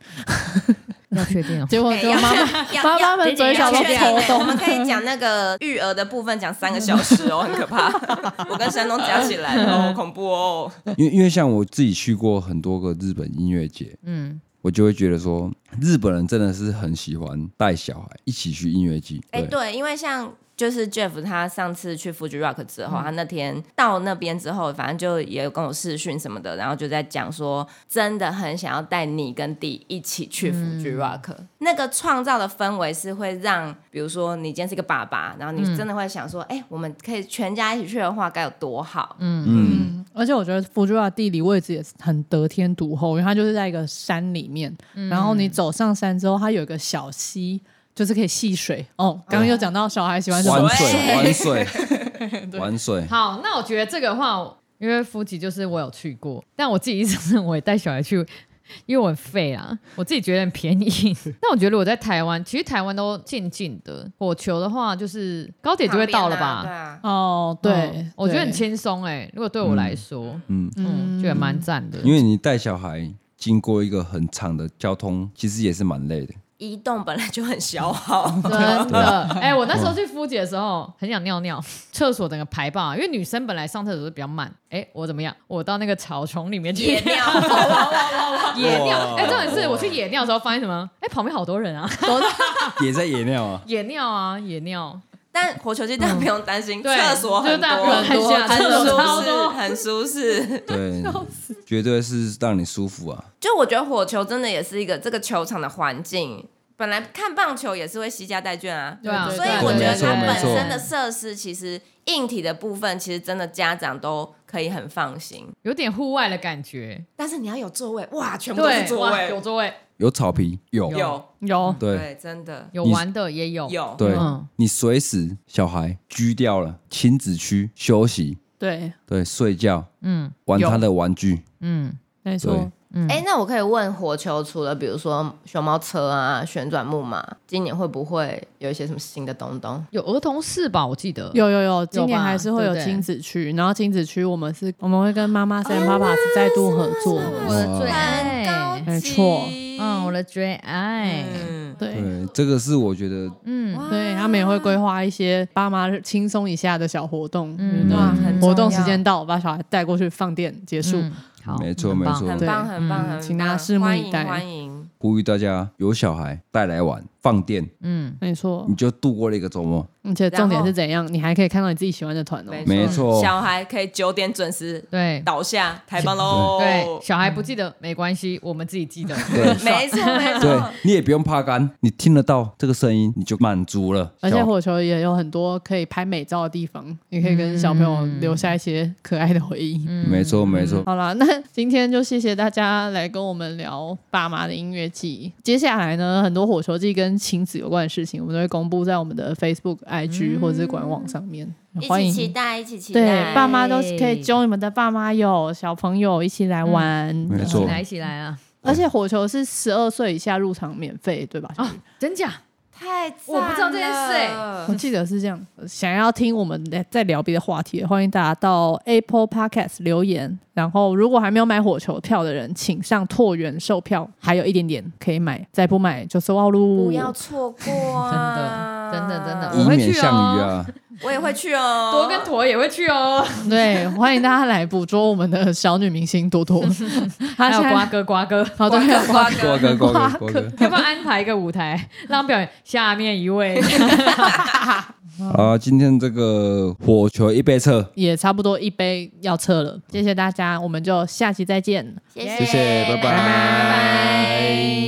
Speaker 2: 要确定哦。
Speaker 5: 结果
Speaker 3: 哎
Speaker 5: 结果
Speaker 3: 要
Speaker 5: 妈妈
Speaker 3: 要
Speaker 5: 妈妈
Speaker 3: 要
Speaker 5: 们嘴角都
Speaker 3: 要确定
Speaker 5: 抽
Speaker 3: 欸我
Speaker 5: 动
Speaker 3: 们，可以讲那个育儿的部分，讲三个小时哦，很可怕。 (laughs) 我跟山东加起来哦，恐怖哦。
Speaker 1: 因为因为像我自己去过很多个日本音乐节，
Speaker 2: 嗯，
Speaker 1: 我就会觉得说，日本人真的是很喜欢带小孩一起去音乐季。
Speaker 3: 哎、
Speaker 1: 对，
Speaker 3: 对，因为像就是 Jeff 他上次去 Fuji Rock 之
Speaker 2: 嗯
Speaker 3: 后，他那天到那边之后，反正就也有跟我视讯什么的，然后就在讲说，真的很想要带你跟弟一起去
Speaker 2: 嗯
Speaker 3: Fuji Rock，、那个创造的氛围是会让，比如说你今天是个爸爸，然后
Speaker 2: 嗯
Speaker 3: 你真的会想说，哎、我们可以全家一起去的话，该有多好。
Speaker 1: 嗯，
Speaker 5: 嗯，而且我觉得福州的地理位置也是很得天独厚，因为它就是在一个山里面，然后你走上山之后，它有一个小溪，就是可以戏水。哦，刚刚有讲到小孩喜欢什么
Speaker 1: 玩，水，玩水，玩水，
Speaker 2: 好，那我觉得这个的话，因为夫妻就是我有去过，但我自己一直认为带小孩去因为我很废啊，我自己觉得很便宜。但我觉得我在台湾，其实台湾都近近的，火球的话就是高铁就会到了吧？
Speaker 3: 对啊，
Speaker 5: 哦，对
Speaker 2: 嗯，我觉得很
Speaker 5: 对
Speaker 2: 轻松哎。如果对我来说，
Speaker 1: 嗯，
Speaker 2: 嗯，觉得蛮赞的。
Speaker 1: 因为你带小孩经过一个很长的交通，其实也是蛮累的。
Speaker 3: 移动本来就很
Speaker 2: (laughs)
Speaker 3: 消耗。
Speaker 2: 真的，哎、我那时候去肤姐的时候，很想尿尿，厕所整个排爆啊，因为女生本来上厕所是比较慢，哎、我怎么样？我到那个草丛里面去
Speaker 3: 野
Speaker 2: (laughs) 尿，
Speaker 3: 尿，
Speaker 2: (laughs) 野
Speaker 1: 哇
Speaker 2: 尿，哎、重点是我去野尿的时候发现什么？哎、旁边好多人啊，
Speaker 1: (laughs) 也在野尿啊，
Speaker 2: (laughs) 野尿啊，野尿，
Speaker 3: 但火球季大家不用担心，
Speaker 2: (laughs) 嗯对
Speaker 3: 厕所很
Speaker 2: 就是大家不用
Speaker 3: 多，
Speaker 2: 担心啊
Speaker 3: 很
Speaker 2: 厕所
Speaker 3: 舒
Speaker 2: 超
Speaker 3: 适，
Speaker 2: 多
Speaker 3: 很舒适。
Speaker 1: (laughs) 对，绝对是让你舒服啊。
Speaker 3: 就我觉得火球真的也是一个这个球场的环境。本来看棒球也是会惜家带眷啊，
Speaker 2: 对啊
Speaker 3: 所以我觉得它
Speaker 1: 对没
Speaker 3: 本
Speaker 1: 错
Speaker 3: 身的设施其实硬体的部分，其实真的家长都可以很放心。
Speaker 2: 有点户外的感觉，
Speaker 3: 但是你要有座位，哇，全部都是
Speaker 2: 对，
Speaker 3: 座
Speaker 2: 哇，有
Speaker 3: 位，
Speaker 2: 座位，
Speaker 1: 有草皮，有，
Speaker 3: 有
Speaker 5: 有
Speaker 1: 对
Speaker 3: 对，真的
Speaker 2: 有
Speaker 1: 你
Speaker 2: 玩的也有，
Speaker 3: 有。
Speaker 1: 对
Speaker 2: 嗯，
Speaker 1: 你随时小孩居掉了，亲子区休息，
Speaker 5: 对，
Speaker 1: 对，睡觉，
Speaker 2: 嗯
Speaker 1: 玩他的玩具，
Speaker 2: 嗯，
Speaker 5: 没
Speaker 1: 对
Speaker 5: 错，
Speaker 3: 哎、那我可以问火球，除了比如说熊猫车啊、旋转木马，今年会不会有一些什么新的东东？
Speaker 2: 有儿童室吧，我记得，
Speaker 5: 有有有，今年
Speaker 2: 吧
Speaker 5: 还是会
Speaker 2: 对
Speaker 5: 有
Speaker 2: 不对
Speaker 5: 亲子区，然后亲子区我们是我们会跟妈妈 Sam Papa 再度合作，
Speaker 1: 我的最
Speaker 2: 爱
Speaker 3: 很高级
Speaker 5: 没错
Speaker 2: 嗯，我的最爱，
Speaker 3: 嗯，
Speaker 5: 对。
Speaker 1: 对，这个是我觉得
Speaker 2: 嗯
Speaker 3: 哇
Speaker 5: 对他们也会规划一些爸妈轻松一下的小活动，
Speaker 2: 嗯
Speaker 5: 嗯，那
Speaker 3: 很
Speaker 5: 活动
Speaker 3: 重要
Speaker 5: 时间到，把小孩带过去放电结束。
Speaker 2: 嗯好，
Speaker 1: 没错
Speaker 2: 很棒
Speaker 1: 没错
Speaker 3: 很
Speaker 5: 对
Speaker 3: 棒，很棒，
Speaker 2: 嗯
Speaker 3: 很棒，
Speaker 5: 请大家拭目以待
Speaker 3: 欢迎欢迎，
Speaker 1: 呼吁大家有小孩带来玩放电，
Speaker 2: 嗯，
Speaker 5: 没错
Speaker 1: 你，就度过了一个周末。
Speaker 5: 而且重
Speaker 3: 然
Speaker 5: 点
Speaker 3: 后
Speaker 5: 是怎样，你还可以看到你自己喜欢的团哦。
Speaker 1: 没错
Speaker 3: 小孩可以九点准时
Speaker 2: 对。
Speaker 3: 倒下台棒喽。
Speaker 2: 对，小孩不记得没关系，我们自己记得。
Speaker 1: 对
Speaker 3: 哦没错，
Speaker 5: 嗯
Speaker 3: 没
Speaker 1: 对
Speaker 2: (laughs)
Speaker 3: 错，
Speaker 1: 你也不用怕干，你听得到这个声音，你就满足了。
Speaker 5: 而且
Speaker 1: 小
Speaker 5: 火球也有很多可以拍美照的地方，你可以跟小朋友
Speaker 3: 嗯
Speaker 5: 留下一些可爱的回忆。
Speaker 1: 没错没错，
Speaker 5: 好啦，那今天就谢谢大家来跟我们聊爸妈的音乐季。接下来呢，很多火球季跟亲子有关的事情，我们都会公布在我们的 Facebook、IG 或者是官网上面，欢
Speaker 3: 嗯一起期
Speaker 5: 迎。
Speaker 3: 待，一起期待。
Speaker 5: 对，爸妈都是可以揪你们的爸妈友、小朋友一起来
Speaker 3: 嗯
Speaker 5: 玩。
Speaker 1: 没
Speaker 2: 一起
Speaker 1: 错，
Speaker 2: 来，一起来啊！
Speaker 5: 而且火球是十二岁以下入场免费，对吧？
Speaker 2: 啊，真假？
Speaker 3: 太赞
Speaker 2: 我不知道这件事哎
Speaker 3: 了
Speaker 5: 我记得是这样。呃想要听我们来再聊别的话题，欢迎大家到 Apple Podcast 留言。然后，如果还没有买火球票的人，请上拓元售票，还有一点点可以买，再不买就收奥喽。
Speaker 3: 不要错过啊！
Speaker 2: 真的真的真的
Speaker 1: 以
Speaker 2: 我会去
Speaker 1: 免
Speaker 2: 哦
Speaker 1: 项羽 (laughs) 啊，
Speaker 3: 我也会去哦。
Speaker 2: 多跟驼也会去哦，
Speaker 5: 对，欢迎大家来捕捉我们的小女明星多 (laughs) 多。她
Speaker 2: 还有
Speaker 5: 现在
Speaker 2: 瓜哥，瓜哥，
Speaker 5: 好的，还有瓜
Speaker 3: 瓜
Speaker 5: 哥
Speaker 1: 瓜
Speaker 3: 哥，
Speaker 1: 哥
Speaker 2: (laughs)
Speaker 1: 瓜哥瓜哥。
Speaker 2: 要不要安排一个舞台让表演？下面一位，
Speaker 1: 啊，今天这个火球一杯测，
Speaker 5: 也差不多一杯要撤了，谢谢大家，我们就下期再见。
Speaker 1: 谢谢，拜拜
Speaker 3: 拜拜。